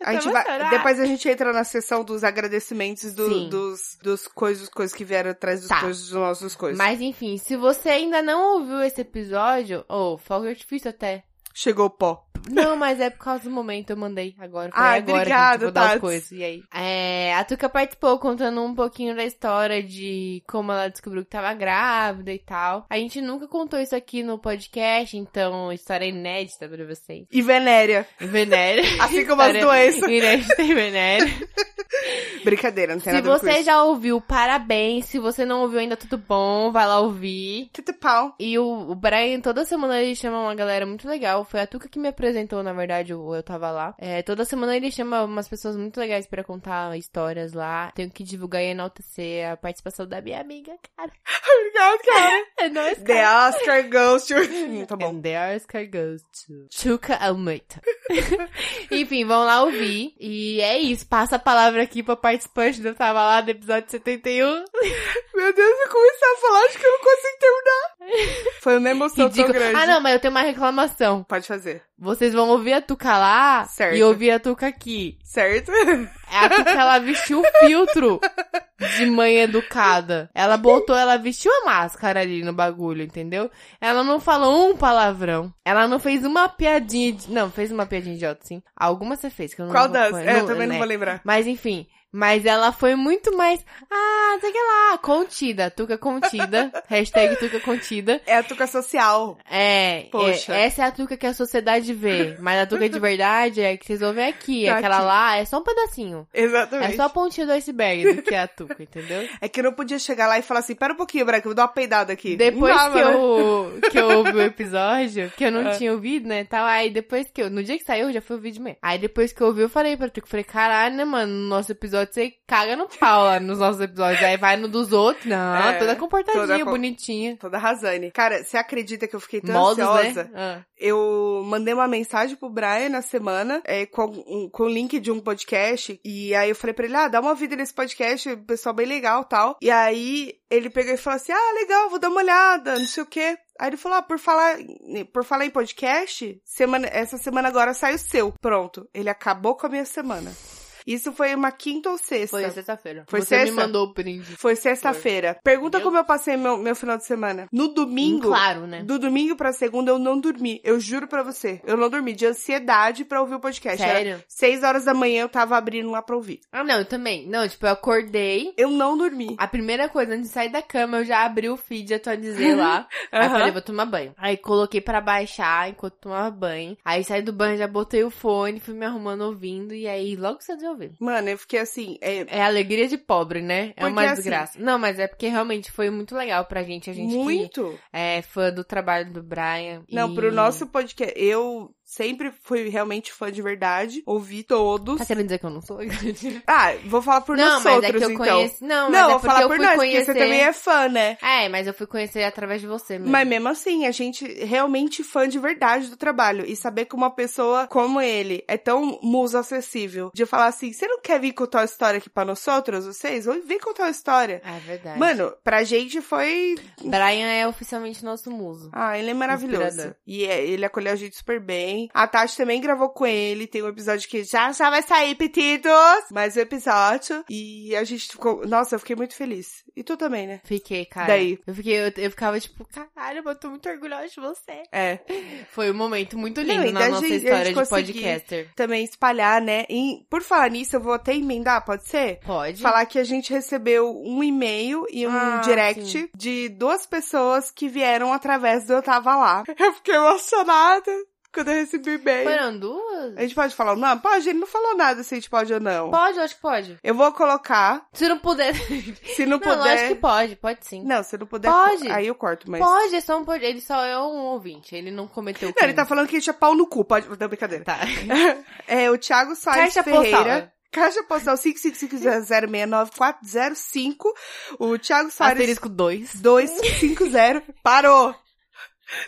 Speaker 4: Eu
Speaker 3: A
Speaker 4: tô
Speaker 3: gente vai,
Speaker 4: emocionada.
Speaker 3: depois a gente entra na sessão dos agradecimentos do-
Speaker 4: Sim.
Speaker 3: dos, dos coisas, coisas que vieram atrás dos
Speaker 4: Tá.
Speaker 3: coisas, dos nossos coisas.
Speaker 4: Mas enfim, se você ainda não ouviu esse episódio, ou fogo de artifício até.
Speaker 3: Chegou o pó.
Speaker 4: Não, mas é por causa do momento, eu mandei agora. Foi
Speaker 3: Ah,
Speaker 4: agora
Speaker 3: obrigada,
Speaker 4: que eu vou dar as
Speaker 3: Tati.
Speaker 4: coisas. E aí? É, a Tuca participou contando um pouquinho da história de como ela descobriu que tava grávida e tal. A gente nunca contou isso aqui no podcast, então história inédita pra vocês.
Speaker 3: E Venéria.
Speaker 4: E Venéria.
Speaker 3: Assim como as
Speaker 4: História
Speaker 3: doenças.
Speaker 4: Inédita e Venéria.
Speaker 3: Brincadeira, não tem
Speaker 4: Se
Speaker 3: nada a ver com
Speaker 4: você
Speaker 3: isso.
Speaker 4: já ouviu, parabéns. Se você não ouviu ainda, tudo bom. Vai lá ouvir.
Speaker 3: Tete pau.
Speaker 4: E o, o Brian, toda semana ele chama uma galera muito legal. Foi a Tuca que me apresentou, na verdade, o Eu Tava Lá. É, toda semana ele chama umas pessoas muito legais pra contar histórias lá. Tenho que divulgar e enaltecer a participação da minha amiga, cara.
Speaker 3: Obrigada, cara.
Speaker 4: É nóis, cara.
Speaker 3: The Oscar goes to... Hum, tá bom.
Speaker 4: And the Oscar goes to... Tuca Almeida. Enfim, vão lá ouvir. E é isso. Passa a palavra aqui pra participante do Eu Tava Lá do episódio 71.
Speaker 3: Meu Deus, eu comecei a falar, acho que eu não consigo terminar. Foi uma emoção tão
Speaker 4: Ridículo.
Speaker 3: grande.
Speaker 4: Ah, não, mas eu tenho uma reclamação.
Speaker 3: Pode fazer.
Speaker 4: Vocês vão ouvir a Tuca lá
Speaker 3: Certo.
Speaker 4: e ouvir a Tuca aqui.
Speaker 3: Certo?
Speaker 4: É a Tuca, ela vestiu o filtro de mãe educada. Ela botou, ela vestiu a máscara ali no bagulho, entendeu? Ela não falou um palavrão. Ela não fez uma piadinha. de- Não, fez uma piadinha idiota, sim. Alguma você fez, que eu não
Speaker 3: Qual
Speaker 4: vou-
Speaker 3: das?
Speaker 4: não-
Speaker 3: É, eu também não
Speaker 4: né?
Speaker 3: vou lembrar.
Speaker 4: Mas enfim. Mas ela foi muito mais. Ah, sei que lá, contida. Tuca contida. Hashtag Tuca contida.
Speaker 3: É a Tuca Social.
Speaker 4: É,
Speaker 3: Poxa.
Speaker 4: é, essa é a tuca que a sociedade vê. Mas a tuca de verdade é que vocês vão ver aqui.
Speaker 3: Tá
Speaker 4: aquela
Speaker 3: aqui.
Speaker 4: lá é só um pedacinho. É
Speaker 3: Exatamente.
Speaker 4: só a pontinha do iceberg do que é a tuca, entendeu?
Speaker 3: É que eu não podia chegar lá e falar assim, pera um pouquinho, Braga, eu vou dar uma peidada aqui.
Speaker 4: Depois
Speaker 3: Não,
Speaker 4: que,
Speaker 3: mano.
Speaker 4: eu, que eu ouvi o episódio, que eu não
Speaker 3: É.
Speaker 4: tinha ouvido, né, tal, aí depois que eu... No dia que saiu, já foi o vídeo mesmo. Aí depois que eu ouvi, eu falei pra Tuca, eu falei, caralho, né, mano, no nosso episódio você caga no pau lá nos nossos episódios. Aí vai no dos outros, não,
Speaker 3: É,
Speaker 4: toda comportadinha,
Speaker 3: toda com-
Speaker 4: bonitinha.
Speaker 3: Toda razane. Cara, você acredita que eu fiquei tão
Speaker 4: Modos,
Speaker 3: ansiosa?
Speaker 4: né? Ah.
Speaker 3: Eu mandei uma mensagem pro Brian na semana é, com, um- com o link de um podcast. E aí eu falei pra ele, ah, dá uma vida nesse podcast, pessoal é bem legal tal. E aí ele pegou e falou assim, ah, legal, vou dar uma olhada, não sei o quê. Aí ele falou, ah, por falar, em- por falar em podcast, semana, essa semana agora sai o seu. Pronto, ele acabou com a minha semana. Isso foi uma quinta ou sexta.
Speaker 4: Foi sexta-feira.
Speaker 3: Foi
Speaker 4: Você me
Speaker 3: sexta?
Speaker 4: mandou o print.
Speaker 3: Foi sexta-feira. Pergunta
Speaker 4: Meu
Speaker 3: como eu passei meu, meu final de semana. No domingo.
Speaker 4: Claro, né?
Speaker 3: Do domingo pra segunda eu não dormi. Eu juro pra você. Eu não dormi de ansiedade pra ouvir o podcast. Era
Speaker 4: Sério?
Speaker 3: seis horas da manhã eu tava abrindo lá pra ouvir.
Speaker 4: Ah, não, eu também. Não, tipo, eu acordei.
Speaker 3: Eu não dormi.
Speaker 4: A primeira coisa, antes de sair da cama, eu já abri o feed, atualizei lá. Aí eu
Speaker 3: Aham.
Speaker 4: falei, vou tomar banho. Aí coloquei pra baixar enquanto tomava banho. Aí saí do banho, já botei o fone, fui me arrumando ouvindo. E aí logo cedo eu resolver.
Speaker 3: Mano, eu fiquei assim. é,
Speaker 4: É a alegria de pobre, né? É uma
Speaker 3: Porque, assim,
Speaker 4: desgraça. Não, mas é porque realmente foi muito legal pra gente. A gente que
Speaker 3: muito.
Speaker 4: é fã do trabalho do Brian.
Speaker 3: Não,
Speaker 4: e-
Speaker 3: pro nosso podcast. Eu sempre fui realmente fã de verdade. Ouvi todos.
Speaker 4: Tá querendo dizer que eu não sou?
Speaker 3: Ah, vou falar por
Speaker 4: não,
Speaker 3: nós
Speaker 4: mas
Speaker 3: outros,
Speaker 4: é que eu
Speaker 3: então.
Speaker 4: conheço.
Speaker 3: Não,
Speaker 4: Não, mas é
Speaker 3: vou
Speaker 4: porque
Speaker 3: falar
Speaker 4: eu
Speaker 3: por
Speaker 4: fui
Speaker 3: nós,
Speaker 4: conhecer.
Speaker 3: porque você também é fã, né?
Speaker 4: É, mas eu fui conhecer através de você mesmo.
Speaker 3: Mas mesmo assim, a gente realmente fã de verdade do trabalho. E saber que uma pessoa como ele é tão muso acessível. De falar assim, você não quer vir contar a história aqui pra nós outros, vocês? Ou vem contar a história.
Speaker 4: É verdade.
Speaker 3: Mano, pra gente foi...
Speaker 4: Brian é oficialmente nosso muso.
Speaker 3: Ah, ele é maravilhoso.
Speaker 4: Inspirador.
Speaker 3: E é, ele acolheu a gente super bem. A Tati também gravou com ele. Tem um episódio que já já vai sair, petidos! Mais um episódio. E a gente ficou... Nossa, eu fiquei muito feliz. E tu também, né?
Speaker 4: Fiquei, cara.
Speaker 3: Daí?
Speaker 4: Eu, fiquei, eu, eu ficava tipo, caralho, eu tô muito orgulhosa de você.
Speaker 3: É.
Speaker 4: Foi um momento muito
Speaker 3: Não,
Speaker 4: lindo
Speaker 3: e
Speaker 4: na
Speaker 3: da
Speaker 4: nossa
Speaker 3: gente- a
Speaker 4: história
Speaker 3: gente
Speaker 4: de
Speaker 3: conseguir-
Speaker 4: podcaster.
Speaker 3: Também espalhar, né? E por falar nisso, eu vou até emendar, pode ser?
Speaker 4: Pode?
Speaker 3: Falar que a gente recebeu um e-mail e um
Speaker 4: Ah,
Speaker 3: direct
Speaker 4: sim.
Speaker 3: de duas pessoas que vieram através do Eu Tava Lá. Eu fiquei emocionada quando eu recebi o e-mail.
Speaker 4: Foram duas?
Speaker 3: A gente pode falar o nome? Pode, ele não falou nada se a gente pode ou não.
Speaker 4: Pode, eu acho que pode.
Speaker 3: Eu vou colocar,
Speaker 4: Se não puder.
Speaker 3: se não,
Speaker 4: Não, lógico
Speaker 3: puder...
Speaker 4: que pode, pode sim.
Speaker 3: Não, se não puder...
Speaker 4: Pode.
Speaker 3: Aí eu corto, mas...
Speaker 4: Pode, é só um pod- ele só é um ouvinte, ele não cometeu
Speaker 3: Não, ele
Speaker 4: crime.
Speaker 3: tá falando que a gente é pau no cu, pode... Não, brincadeira.
Speaker 4: Tá.
Speaker 3: É, o Thiago Soares
Speaker 4: Caixa
Speaker 3: Ferreira...
Speaker 4: postal. né? é.
Speaker 3: Caixa postal 555069405. O Thiago Soares
Speaker 4: Asterisco 2.
Speaker 3: 250 parou.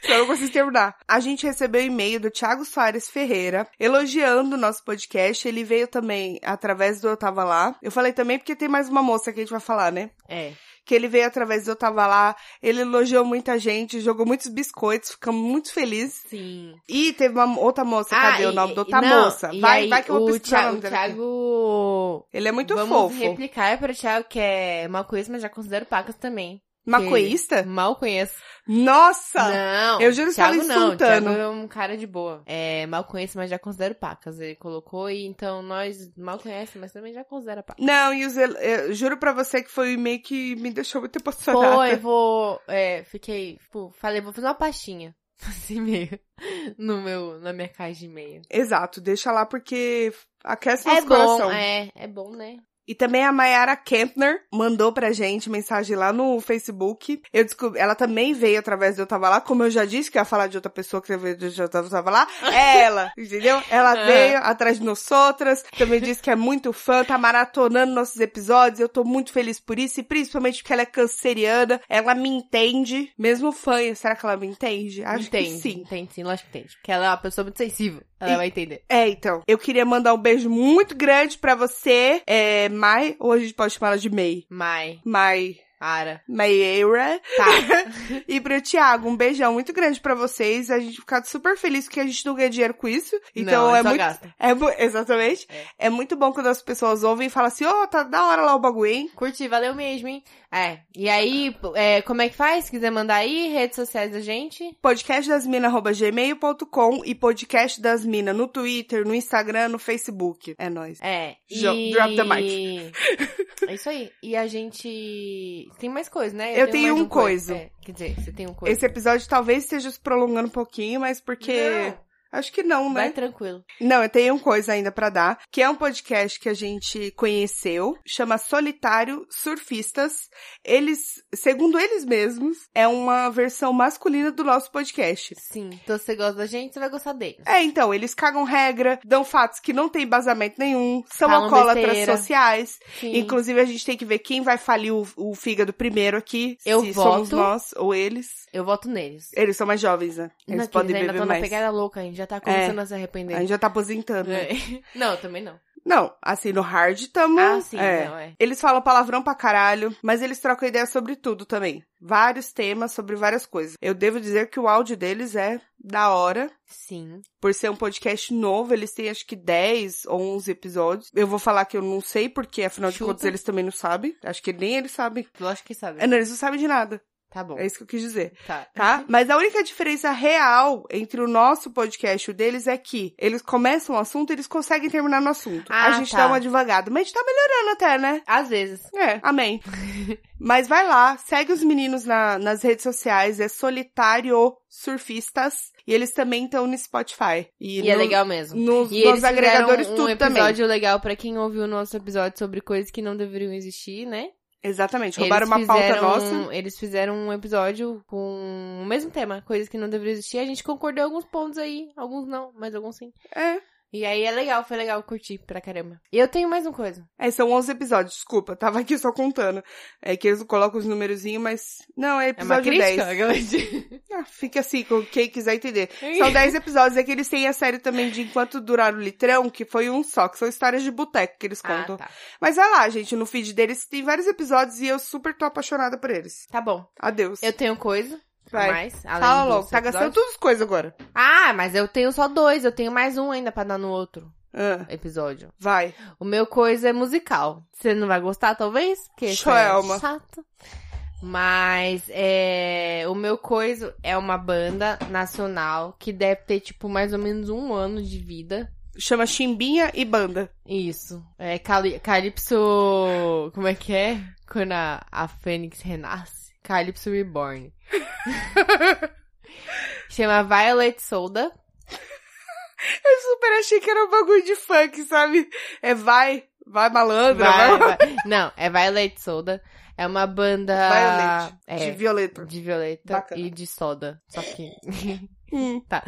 Speaker 3: Só não consigo terminar. A gente recebeu um e-mail do Thiago Soares Ferreira elogiando o nosso podcast. Ele veio também através do Eu Tava Lá. Eu falei também porque tem mais uma moça que a gente vai falar, né?
Speaker 4: É.
Speaker 3: que ele veio através do Eu Tava Lá, ele elogiou muita gente, jogou muitos biscoitos, ficamos muito felizes.
Speaker 4: Sim.
Speaker 3: E teve uma outra moça, cadê
Speaker 4: Ah,
Speaker 3: o nome
Speaker 4: e-
Speaker 3: da outra
Speaker 4: não,
Speaker 3: moça?
Speaker 4: e
Speaker 3: Vai,
Speaker 4: aí,
Speaker 3: vai que eu vou
Speaker 4: o
Speaker 3: pesquisar o
Speaker 4: Thiago,
Speaker 3: nome
Speaker 4: o
Speaker 3: dela. aqui.
Speaker 4: Thiago...
Speaker 3: Ele é muito
Speaker 4: Vamos
Speaker 3: fofo.
Speaker 4: replicar para o Thiago que é macoísta, mas já considero pacas também.
Speaker 3: Macoísta?
Speaker 4: Mal conheço.
Speaker 3: Nossa!
Speaker 4: Não.
Speaker 3: É. Tá. Eu juro que
Speaker 4: Thiago
Speaker 3: tava
Speaker 4: não,
Speaker 3: insultando.
Speaker 4: Thiago é um cara de boa. É, mal conheço, mas já considero pacas. Ele colocou e então nós mal conhecemos, mas também já considera pacas.
Speaker 3: Não, e os el- eu juro pra você que foi o e-mail que me deixou muito emocionada.
Speaker 4: Pô, eu vou. É, fiquei. Tipo, falei, vou fazer uma pastinha. Assim meio. No meu, na minha caixa de e-mail.
Speaker 3: Exato, deixa lá porque aquece
Speaker 4: É
Speaker 3: nosso
Speaker 4: bom,
Speaker 3: coração.
Speaker 4: é, é bom, né?
Speaker 3: E também a Mayara Kempner mandou pra gente mensagem lá no Facebook. Eu descobri, ela também veio através do Eu Tava Lá, como eu já disse que eu ia falar de outra pessoa que veio do Eu Tava Lá, é ela, entendeu? Ela
Speaker 4: Ah.
Speaker 3: veio atrás de nós outras, também disse que é muito fã, tá maratonando nossos episódios, eu tô muito feliz por isso, e principalmente porque ela é canceriana, ela me entende, mesmo fã, será que ela me entende? Acho
Speaker 4: entende,
Speaker 3: que sim.
Speaker 4: Entende, sim, lógico que entende. Porque ela é uma pessoa muito sensível. Ela
Speaker 3: E-
Speaker 4: vai entender.
Speaker 3: É, então, eu queria mandar um beijo muito grande pra você, é, Mai, ou a gente pode chamar ela de May?
Speaker 4: Mai,
Speaker 3: Mai.
Speaker 4: Ara.
Speaker 3: Mayra.
Speaker 4: Tá.
Speaker 3: E pro Thiago, um beijão muito grande pra vocês. A gente fica super feliz que a gente não ganha dinheiro com isso. Então
Speaker 4: não,
Speaker 3: é
Speaker 4: só
Speaker 3: muito.
Speaker 4: gasta.
Speaker 3: É, mu- exatamente. É. muito bom quando as pessoas ouvem e falam assim, ô, tá da hora lá o bagulho, hein?
Speaker 4: Curti, valeu mesmo, hein? É. E aí, pô, é, como é que faz? Se quiser mandar aí, redes sociais da gente.
Speaker 3: podcastdasmina.gmail.com e podcast das mina no Twitter, no Instagram, no Facebook. É nóis.
Speaker 4: É.
Speaker 3: Jo-
Speaker 4: e-
Speaker 3: drop the
Speaker 4: É isso aí. E a gente. Tem mais coisa, né?
Speaker 3: Eu tenho
Speaker 4: mais
Speaker 3: um coiso.
Speaker 4: É, quer dizer, você tem um coisa.
Speaker 3: Esse episódio talvez esteja se prolongando um pouquinho, mas porque...
Speaker 4: Não,
Speaker 3: Acho que não, né?
Speaker 4: Vai tranquilo.
Speaker 3: Não, eu tenho uma coisa ainda pra dar, que é um podcast que a gente conheceu, chama Solitário Surfistas. Eles, segundo eles mesmos, é uma versão masculina do nosso podcast.
Speaker 4: Sim. Então, se você gosta da gente, você vai gostar dele.
Speaker 3: É, então, eles cagam regra, dão fatos que não tem basamento nenhum, são
Speaker 4: Falam
Speaker 3: alcoólatras
Speaker 4: besteira.
Speaker 3: sociais.
Speaker 4: Sim.
Speaker 3: Inclusive, a gente tem que ver quem vai falir o, o fígado primeiro aqui.
Speaker 4: Eu
Speaker 3: se
Speaker 4: voto.
Speaker 3: somos nós ou eles.
Speaker 4: Eu voto neles.
Speaker 3: Eles são mais jovens, né? Eles
Speaker 4: Não, que
Speaker 3: podem
Speaker 4: eles ainda
Speaker 3: beber
Speaker 4: estão na
Speaker 3: mais.
Speaker 4: pegada louca, a gente já tá começando a se arrepender.
Speaker 3: A gente já tá aposentando, né?
Speaker 4: É. Não, também não.
Speaker 3: Não, assim, no hard tamo.
Speaker 4: Ah, sim,
Speaker 3: é.
Speaker 4: não, é.
Speaker 3: Eles falam palavrão pra caralho, mas eles trocam ideia sobre tudo também. Vários temas, sobre várias coisas. Eu devo dizer que o áudio deles é da hora.
Speaker 4: Sim.
Speaker 3: Por ser um podcast novo, eles têm acho que 10 ou 11 episódios. Eu vou falar que eu não sei, porque afinal de
Speaker 4: Chuta.
Speaker 3: contas eles também não sabem. Acho que nem eles sabem.
Speaker 4: Lógico que sabe.
Speaker 3: É, não, eles não sabem de nada.
Speaker 4: Tá bom.
Speaker 3: É isso que eu quis dizer.
Speaker 4: Tá.
Speaker 3: tá? Mas a única diferença real entre o nosso podcast e o deles é que eles começam o assunto e eles conseguem terminar no assunto.
Speaker 4: Ah,
Speaker 3: a gente
Speaker 4: tá.
Speaker 3: dá uma devagada, mas a gente tá melhorando até, né?
Speaker 4: Às vezes.
Speaker 3: É, amém. mas vai lá, segue os meninos na- nas redes sociais, é Solitário Surfistas, e eles também estão no Spotify.
Speaker 4: E,
Speaker 3: E,
Speaker 4: é
Speaker 3: no-
Speaker 4: legal mesmo.
Speaker 3: Nos,
Speaker 4: E
Speaker 3: nos
Speaker 4: eles
Speaker 3: agregadores
Speaker 4: agregadores um, um
Speaker 3: tudo também.
Speaker 4: episódio legal pra quem ouviu o nosso episódio sobre coisas que não deveriam existir, né?
Speaker 3: Exatamente,
Speaker 4: Eles
Speaker 3: roubaram uma pauta
Speaker 4: fizeram
Speaker 3: nossa.
Speaker 4: um- Eles fizeram um episódio com o mesmo tema, coisas que não deveriam existir. A gente concordou em alguns pontos aí, alguns não, mas alguns sim.
Speaker 3: É.
Speaker 4: E aí é legal, foi legal, curti pra caramba. E eu tenho mais uma coisa.
Speaker 3: É, são 11 episódios, desculpa, tava aqui só contando. É que eles colocam os numerozinhos, mas. Não, é
Speaker 4: É uma
Speaker 3: episódio
Speaker 4: crítica,
Speaker 3: 10.
Speaker 4: galera.
Speaker 3: Ah, fica assim, com quem quiser entender. São 10 episódios, é que eles têm a série também de Enquanto Durar o Litrão, que foi um só, que são histórias de boteco que eles
Speaker 4: Ah,
Speaker 3: contam.
Speaker 4: tá.
Speaker 3: Mas vai lá, gente, no feed deles tem vários episódios e eu super tô apaixonada por eles.
Speaker 4: Tá bom.
Speaker 3: Adeus.
Speaker 4: Eu tenho coisa.
Speaker 3: Vai.
Speaker 4: a Mais, além
Speaker 3: Fala
Speaker 4: dos
Speaker 3: logo, tá gastando
Speaker 4: episódios.
Speaker 3: todas as coisas agora.
Speaker 4: Ah, mas eu tenho só dois, eu tenho mais um ainda pra dar no outro
Speaker 3: Ah,
Speaker 4: episódio.
Speaker 3: vai.
Speaker 4: O meu coisa é musical. Você não vai gostar, talvez? Porque isso é
Speaker 3: Joelma.
Speaker 4: chato. Mas é, o meu coisa é uma banda nacional que deve ter, tipo, mais ou menos um ano de vida.
Speaker 3: Chama Chimbinha e Banda.
Speaker 4: Isso. É cali Calypso. Como é que é? Quando a, a Fênix renasce. Calypso Reborn. Chama Violet Soda.
Speaker 3: Eu super achei que era um bagulho de funk, sabe? É vai, vai malandra, vai.
Speaker 4: Vai- vai- Não, é Violet Soda. É uma banda.
Speaker 3: Violet.
Speaker 4: É,
Speaker 3: De Violeta.
Speaker 4: de violeta
Speaker 3: Bacana.
Speaker 4: e de soda. Só que.
Speaker 3: Hum.
Speaker 4: tá.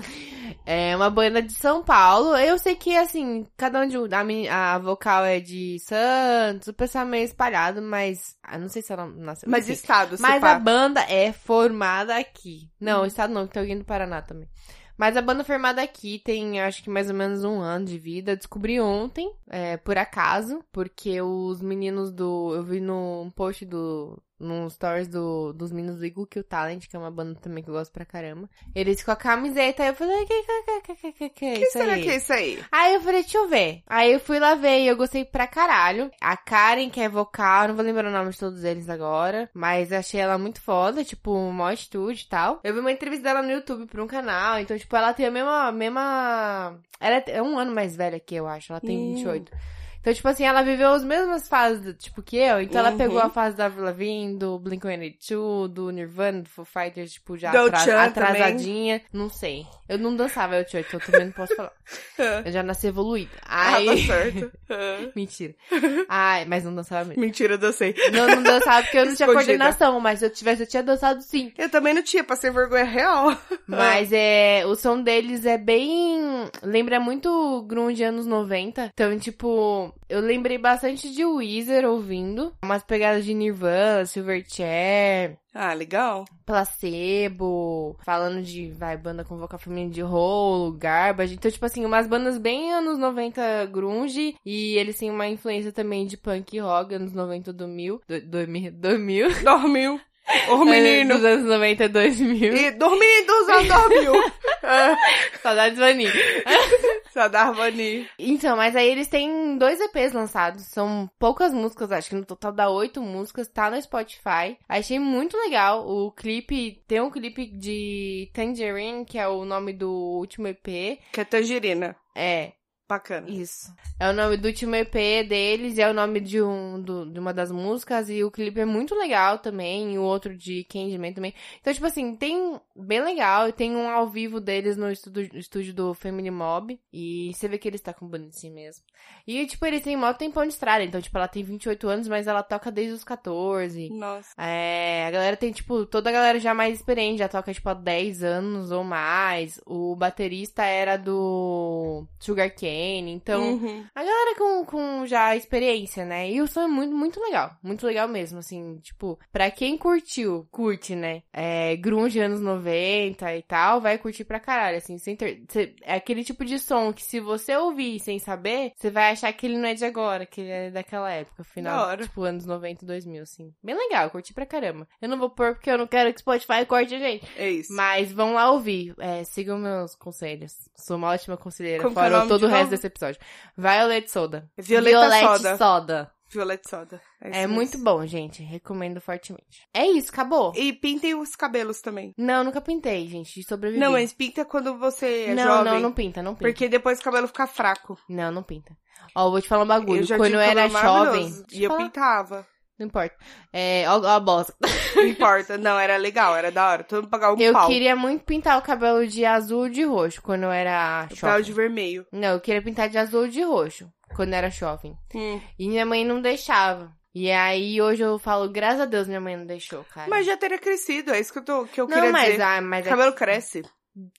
Speaker 4: É uma banda de São Paulo. Eu sei que, assim, cada um de um. A, meni- a vocal é de Santos, o pessoal é meio espalhado, mas. ah, não sei se ela nasceu.
Speaker 3: Mas
Speaker 4: enfim.
Speaker 3: estado, se
Speaker 4: Mas
Speaker 3: pá.
Speaker 4: a banda é formada aqui.
Speaker 3: Uhum.
Speaker 4: Não, estado não, que tem alguém do Paraná também. Mas a banda é formada aqui tem, acho que mais ou menos um ano de vida. Eu Descobri ontem, é, por acaso, porque os meninos do. Eu vi num post do. Num stories do, dos meninos do Eagle Kill Talent, que é uma banda também que eu gosto pra caramba. Eles com a camiseta, aí eu falei, que, que, que, que, que, que é
Speaker 3: O que
Speaker 4: isso
Speaker 3: será
Speaker 4: aí?
Speaker 3: que é isso aí?
Speaker 4: Aí eu falei, deixa eu ver. Aí eu fui lá ver e eu gostei pra caralho. A Karen, que é vocal, não vou lembrar o nome de todos eles agora, mas achei ela muito foda, tipo, mó atitude e tal. Eu vi uma entrevista dela no YouTube pra um canal, então, tipo, ela tem a mesma. mesma... Ela é um ano mais velha que eu acho, ela tem
Speaker 3: Hum.
Speaker 4: 28. Então, tipo assim, ela viveu as mesmas fases, tipo, que eu. Então, ela
Speaker 3: Uhum.
Speaker 4: pegou a fase da Avril Lavigne, do Blink-182, do Nirvana, do Foo Fighters, tipo, já
Speaker 3: Do
Speaker 4: atras-
Speaker 3: Chan também.
Speaker 4: atrasadinha. Não sei. Eu não dançava El Chan, então eu também não posso falar. Eu já nasci evoluída.
Speaker 3: Ah, tá
Speaker 4: Ai.
Speaker 3: certo. Ah.
Speaker 4: Mentira. Ai, mas não dançava mesmo.
Speaker 3: Mentira, eu dancei.
Speaker 4: Não, não dançava porque eu não tinha
Speaker 3: Escondida.
Speaker 4: coordenação, mas se eu tivesse, eu tinha dançado sim.
Speaker 3: Eu também não tinha, passei vergonha real.
Speaker 4: Ah. Mas é, o som deles é bem. Lembra muito grunge anos 90. Então, tipo, eu lembrei bastante de Weezer ouvindo. Umas pegadas de Nirvana, Silverchair.
Speaker 3: Ah, legal.
Speaker 4: Placebo, falando de, vai, banda com vocal feminino de rolo, Garbage. Então, tipo assim, umas bandas bem anos 90 grunge e eles têm uma influência também de punk rock anos 90 do mil, do, do, mi- do mil.
Speaker 3: Dormiu.
Speaker 4: É,
Speaker 3: Ô, menino.
Speaker 4: Dos anos 90 2000.
Speaker 3: E dormindo, já dormiu. Ah,
Speaker 4: Saudades Vani.
Speaker 3: Sadarvani.
Speaker 4: Então, mas aí eles têm dois EPs lançados. São poucas músicas, acho que no total dá oito músicas. Tá no Spotify. Achei muito legal. O clipe, tem um clipe de Tangerine, que é o nome do último EP.
Speaker 3: Que é tangerina.
Speaker 4: É,
Speaker 3: Bacana.
Speaker 4: isso. É o nome do último EP deles, e é o nome de, um, do- de uma das músicas, e o clipe é muito legal também, e o outro de Candyman também. Então, tipo assim, tem bem legal, e tem um ao vivo deles no estúdio, estúdio do Family Mob, e você vê que eles tocam bonitinho mesmo. E, tipo, eles têm mó tempão de estrada, então, tipo, ela tem 28 anos, mas ela toca desde os 14.
Speaker 3: Nossa.
Speaker 4: É, a galera tem, tipo, toda a galera já mais experiente, já toca, tipo, há 10 anos ou mais. O baterista era do Sugar Cane, então,
Speaker 3: Uhum.
Speaker 4: a galera com, com já experiência, né? E o som é muito, muito legal, muito legal mesmo, assim, tipo, pra quem curtiu, curte, né? É, grunge anos 90 e tal, vai curtir pra caralho, assim, sem ter, cê- é aquele tipo de som que se você ouvir sem saber, você vai achar que ele não é de agora, que ele é daquela época, final,
Speaker 3: Da hora.
Speaker 4: tipo, anos 90 e 2000, assim. Bem legal, eu curti pra caramba. Eu não vou pôr porque eu não quero que Spotify corte a gente.
Speaker 3: É isso.
Speaker 4: Mas vão lá ouvir. É, sigam meus conselhos. Sou uma ótima conselheira,
Speaker 3: Como que é o
Speaker 4: fora
Speaker 3: nome
Speaker 4: todo
Speaker 3: de
Speaker 4: o resto
Speaker 3: novo?
Speaker 4: desse episódio. Violet Soda.
Speaker 3: Violeta,
Speaker 4: Violet
Speaker 3: Soda.
Speaker 4: Soda.
Speaker 3: Violete soda. isso
Speaker 4: É
Speaker 3: mesmo.
Speaker 4: muito bom, gente. Recomendo fortemente. É isso, acabou.
Speaker 3: E pintem os cabelos também.
Speaker 4: Não, nunca pintei, gente. Sobrevivi.
Speaker 3: Não, mas pinta quando você é
Speaker 4: não,
Speaker 3: jovem.
Speaker 4: não, não pinta, não pinta.
Speaker 3: Porque depois o cabelo fica fraco.
Speaker 4: Não, não pinta. Ó, vou te falar um bagulho.
Speaker 3: eu já
Speaker 4: Quando eu
Speaker 3: tive cabelo
Speaker 4: era jovem. Ah.
Speaker 3: maravilhoso.
Speaker 4: Deixa
Speaker 3: E
Speaker 4: eu
Speaker 3: eu
Speaker 4: falar.
Speaker 3: pintava.
Speaker 4: Não importa. É, ó, ó a bosta.
Speaker 3: Não importa. Não, era legal, era da hora. Todo mundo pagava um
Speaker 4: Eu
Speaker 3: pau.
Speaker 4: queria muito pintar o cabelo de azul ou de roxo quando eu era
Speaker 3: Um pau
Speaker 4: jovem.
Speaker 3: de vermelho.
Speaker 4: Não, eu queria pintar de azul ou de roxo quando eu era jovem.
Speaker 3: Hum.
Speaker 4: E minha mãe não deixava. E aí hoje eu falo, graças a Deus minha mãe não deixou, cara.
Speaker 3: Mas já teria crescido, é isso que eu, tô, que eu
Speaker 4: não,
Speaker 3: queria
Speaker 4: mas,
Speaker 3: dizer.
Speaker 4: ah, mas é-
Speaker 3: cabelo cresce.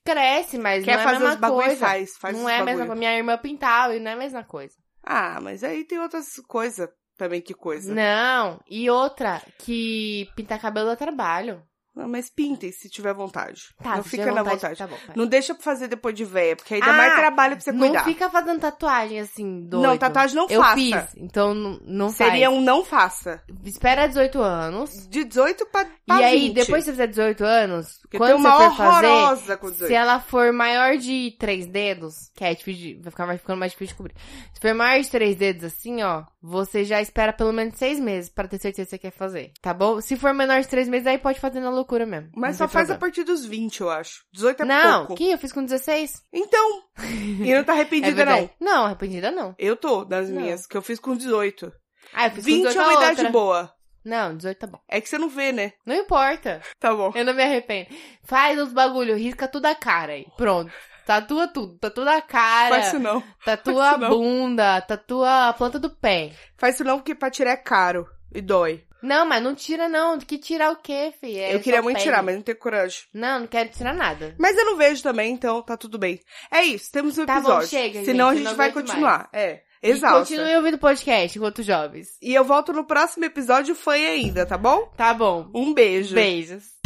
Speaker 4: cresce, mas
Speaker 3: Quer
Speaker 4: não é a
Speaker 3: fazer os
Speaker 4: mesma
Speaker 3: bagulho
Speaker 4: coisa.
Speaker 3: faz. faz
Speaker 4: não
Speaker 3: os
Speaker 4: é a
Speaker 3: bagulho.
Speaker 4: mesma coisa. Minha irmã pintava e não é a mesma coisa.
Speaker 3: Ah, mas aí tem outras coisas também, que coisa.
Speaker 4: Né? Não, e outra, que pintar cabelo dá trabalho.
Speaker 3: Não, mas pintem se tiver vontade.
Speaker 4: Tá,
Speaker 3: não
Speaker 4: se
Speaker 3: fica
Speaker 4: tiver
Speaker 3: na vontade.
Speaker 4: Tá bom, vai.
Speaker 3: Não deixa pra fazer depois de véia, porque aí dá
Speaker 4: Ah,
Speaker 3: mais trabalho pra você
Speaker 4: Não
Speaker 3: cuidar.
Speaker 4: fica fazendo tatuagem assim, doido.
Speaker 3: não, tatuagem não
Speaker 4: Eu
Speaker 3: faça.
Speaker 4: fiz, então não, não
Speaker 3: Seria
Speaker 4: faz.
Speaker 3: um não faça.
Speaker 4: Espera 18 anos.
Speaker 3: De 18 pra, pra
Speaker 4: e aí,
Speaker 3: 20.
Speaker 4: depois que você fizer 18 anos,
Speaker 3: Porque tem
Speaker 4: quando você
Speaker 3: uma
Speaker 4: for fazer,
Speaker 3: horrorosa com 18.
Speaker 4: se ela for maior de três dedos, que é difícil, de- vai ficar mais, ficando mais difícil de cobrir. Se for maior de três dedos, assim, ó, você já espera pelo menos seis meses pra ter certeza que você quer fazer, tá bom? Se for menor de três meses, aí pode fazer na loucura mesmo.
Speaker 3: Mas
Speaker 4: não
Speaker 3: só
Speaker 4: tem
Speaker 3: faz a
Speaker 4: problema.
Speaker 3: partir dos 20, eu acho. 18 é
Speaker 4: Não,
Speaker 3: pouco.
Speaker 4: que eu fiz com 16.
Speaker 3: Então, e não tá
Speaker 4: É
Speaker 3: arrependida,
Speaker 4: verdade.
Speaker 3: não.
Speaker 4: Não, arrependida não.
Speaker 3: Eu tô, das
Speaker 4: Não.
Speaker 3: minhas, que eu fiz com 18.
Speaker 4: Ah, eu fiz
Speaker 3: 20
Speaker 4: com
Speaker 3: é
Speaker 4: 18
Speaker 3: uma
Speaker 4: a
Speaker 3: idade
Speaker 4: outra.
Speaker 3: boa.
Speaker 4: Não, 18 tá bom.
Speaker 3: É que você não vê, né?
Speaker 4: Não importa.
Speaker 3: Tá bom.
Speaker 4: Eu não me arrependo. Faz os bagulho, risca tudo a cara aí. Pronto. Tatua tudo. Tatua a cara.
Speaker 3: Faz isso não.
Speaker 4: Tatua a
Speaker 3: não.
Speaker 4: bunda. Tatua a planta do pé.
Speaker 3: Faz isso não, porque pra tirar é caro e dói.
Speaker 4: Não, mas não tira não. Que tirar o quê, fi? É
Speaker 3: eu queria
Speaker 4: só
Speaker 3: muito
Speaker 4: pele.
Speaker 3: tirar, mas não tenho coragem.
Speaker 4: Não, não quero tirar nada.
Speaker 3: Mas eu não vejo também, então tá tudo bem. É isso, temos um
Speaker 4: Tá bom,
Speaker 3: episódio.
Speaker 4: chega,
Speaker 3: Senão
Speaker 4: gente,
Speaker 3: a
Speaker 4: eu
Speaker 3: gente
Speaker 4: não
Speaker 3: vai
Speaker 4: aguento
Speaker 3: continuar. É, exausta.
Speaker 4: E continue ouvindo o podcast enquanto jovens.
Speaker 3: E eu volto no próximo episódio fã ainda, tá bom?
Speaker 4: Tá bom.
Speaker 3: Um beijo.
Speaker 4: Beijos.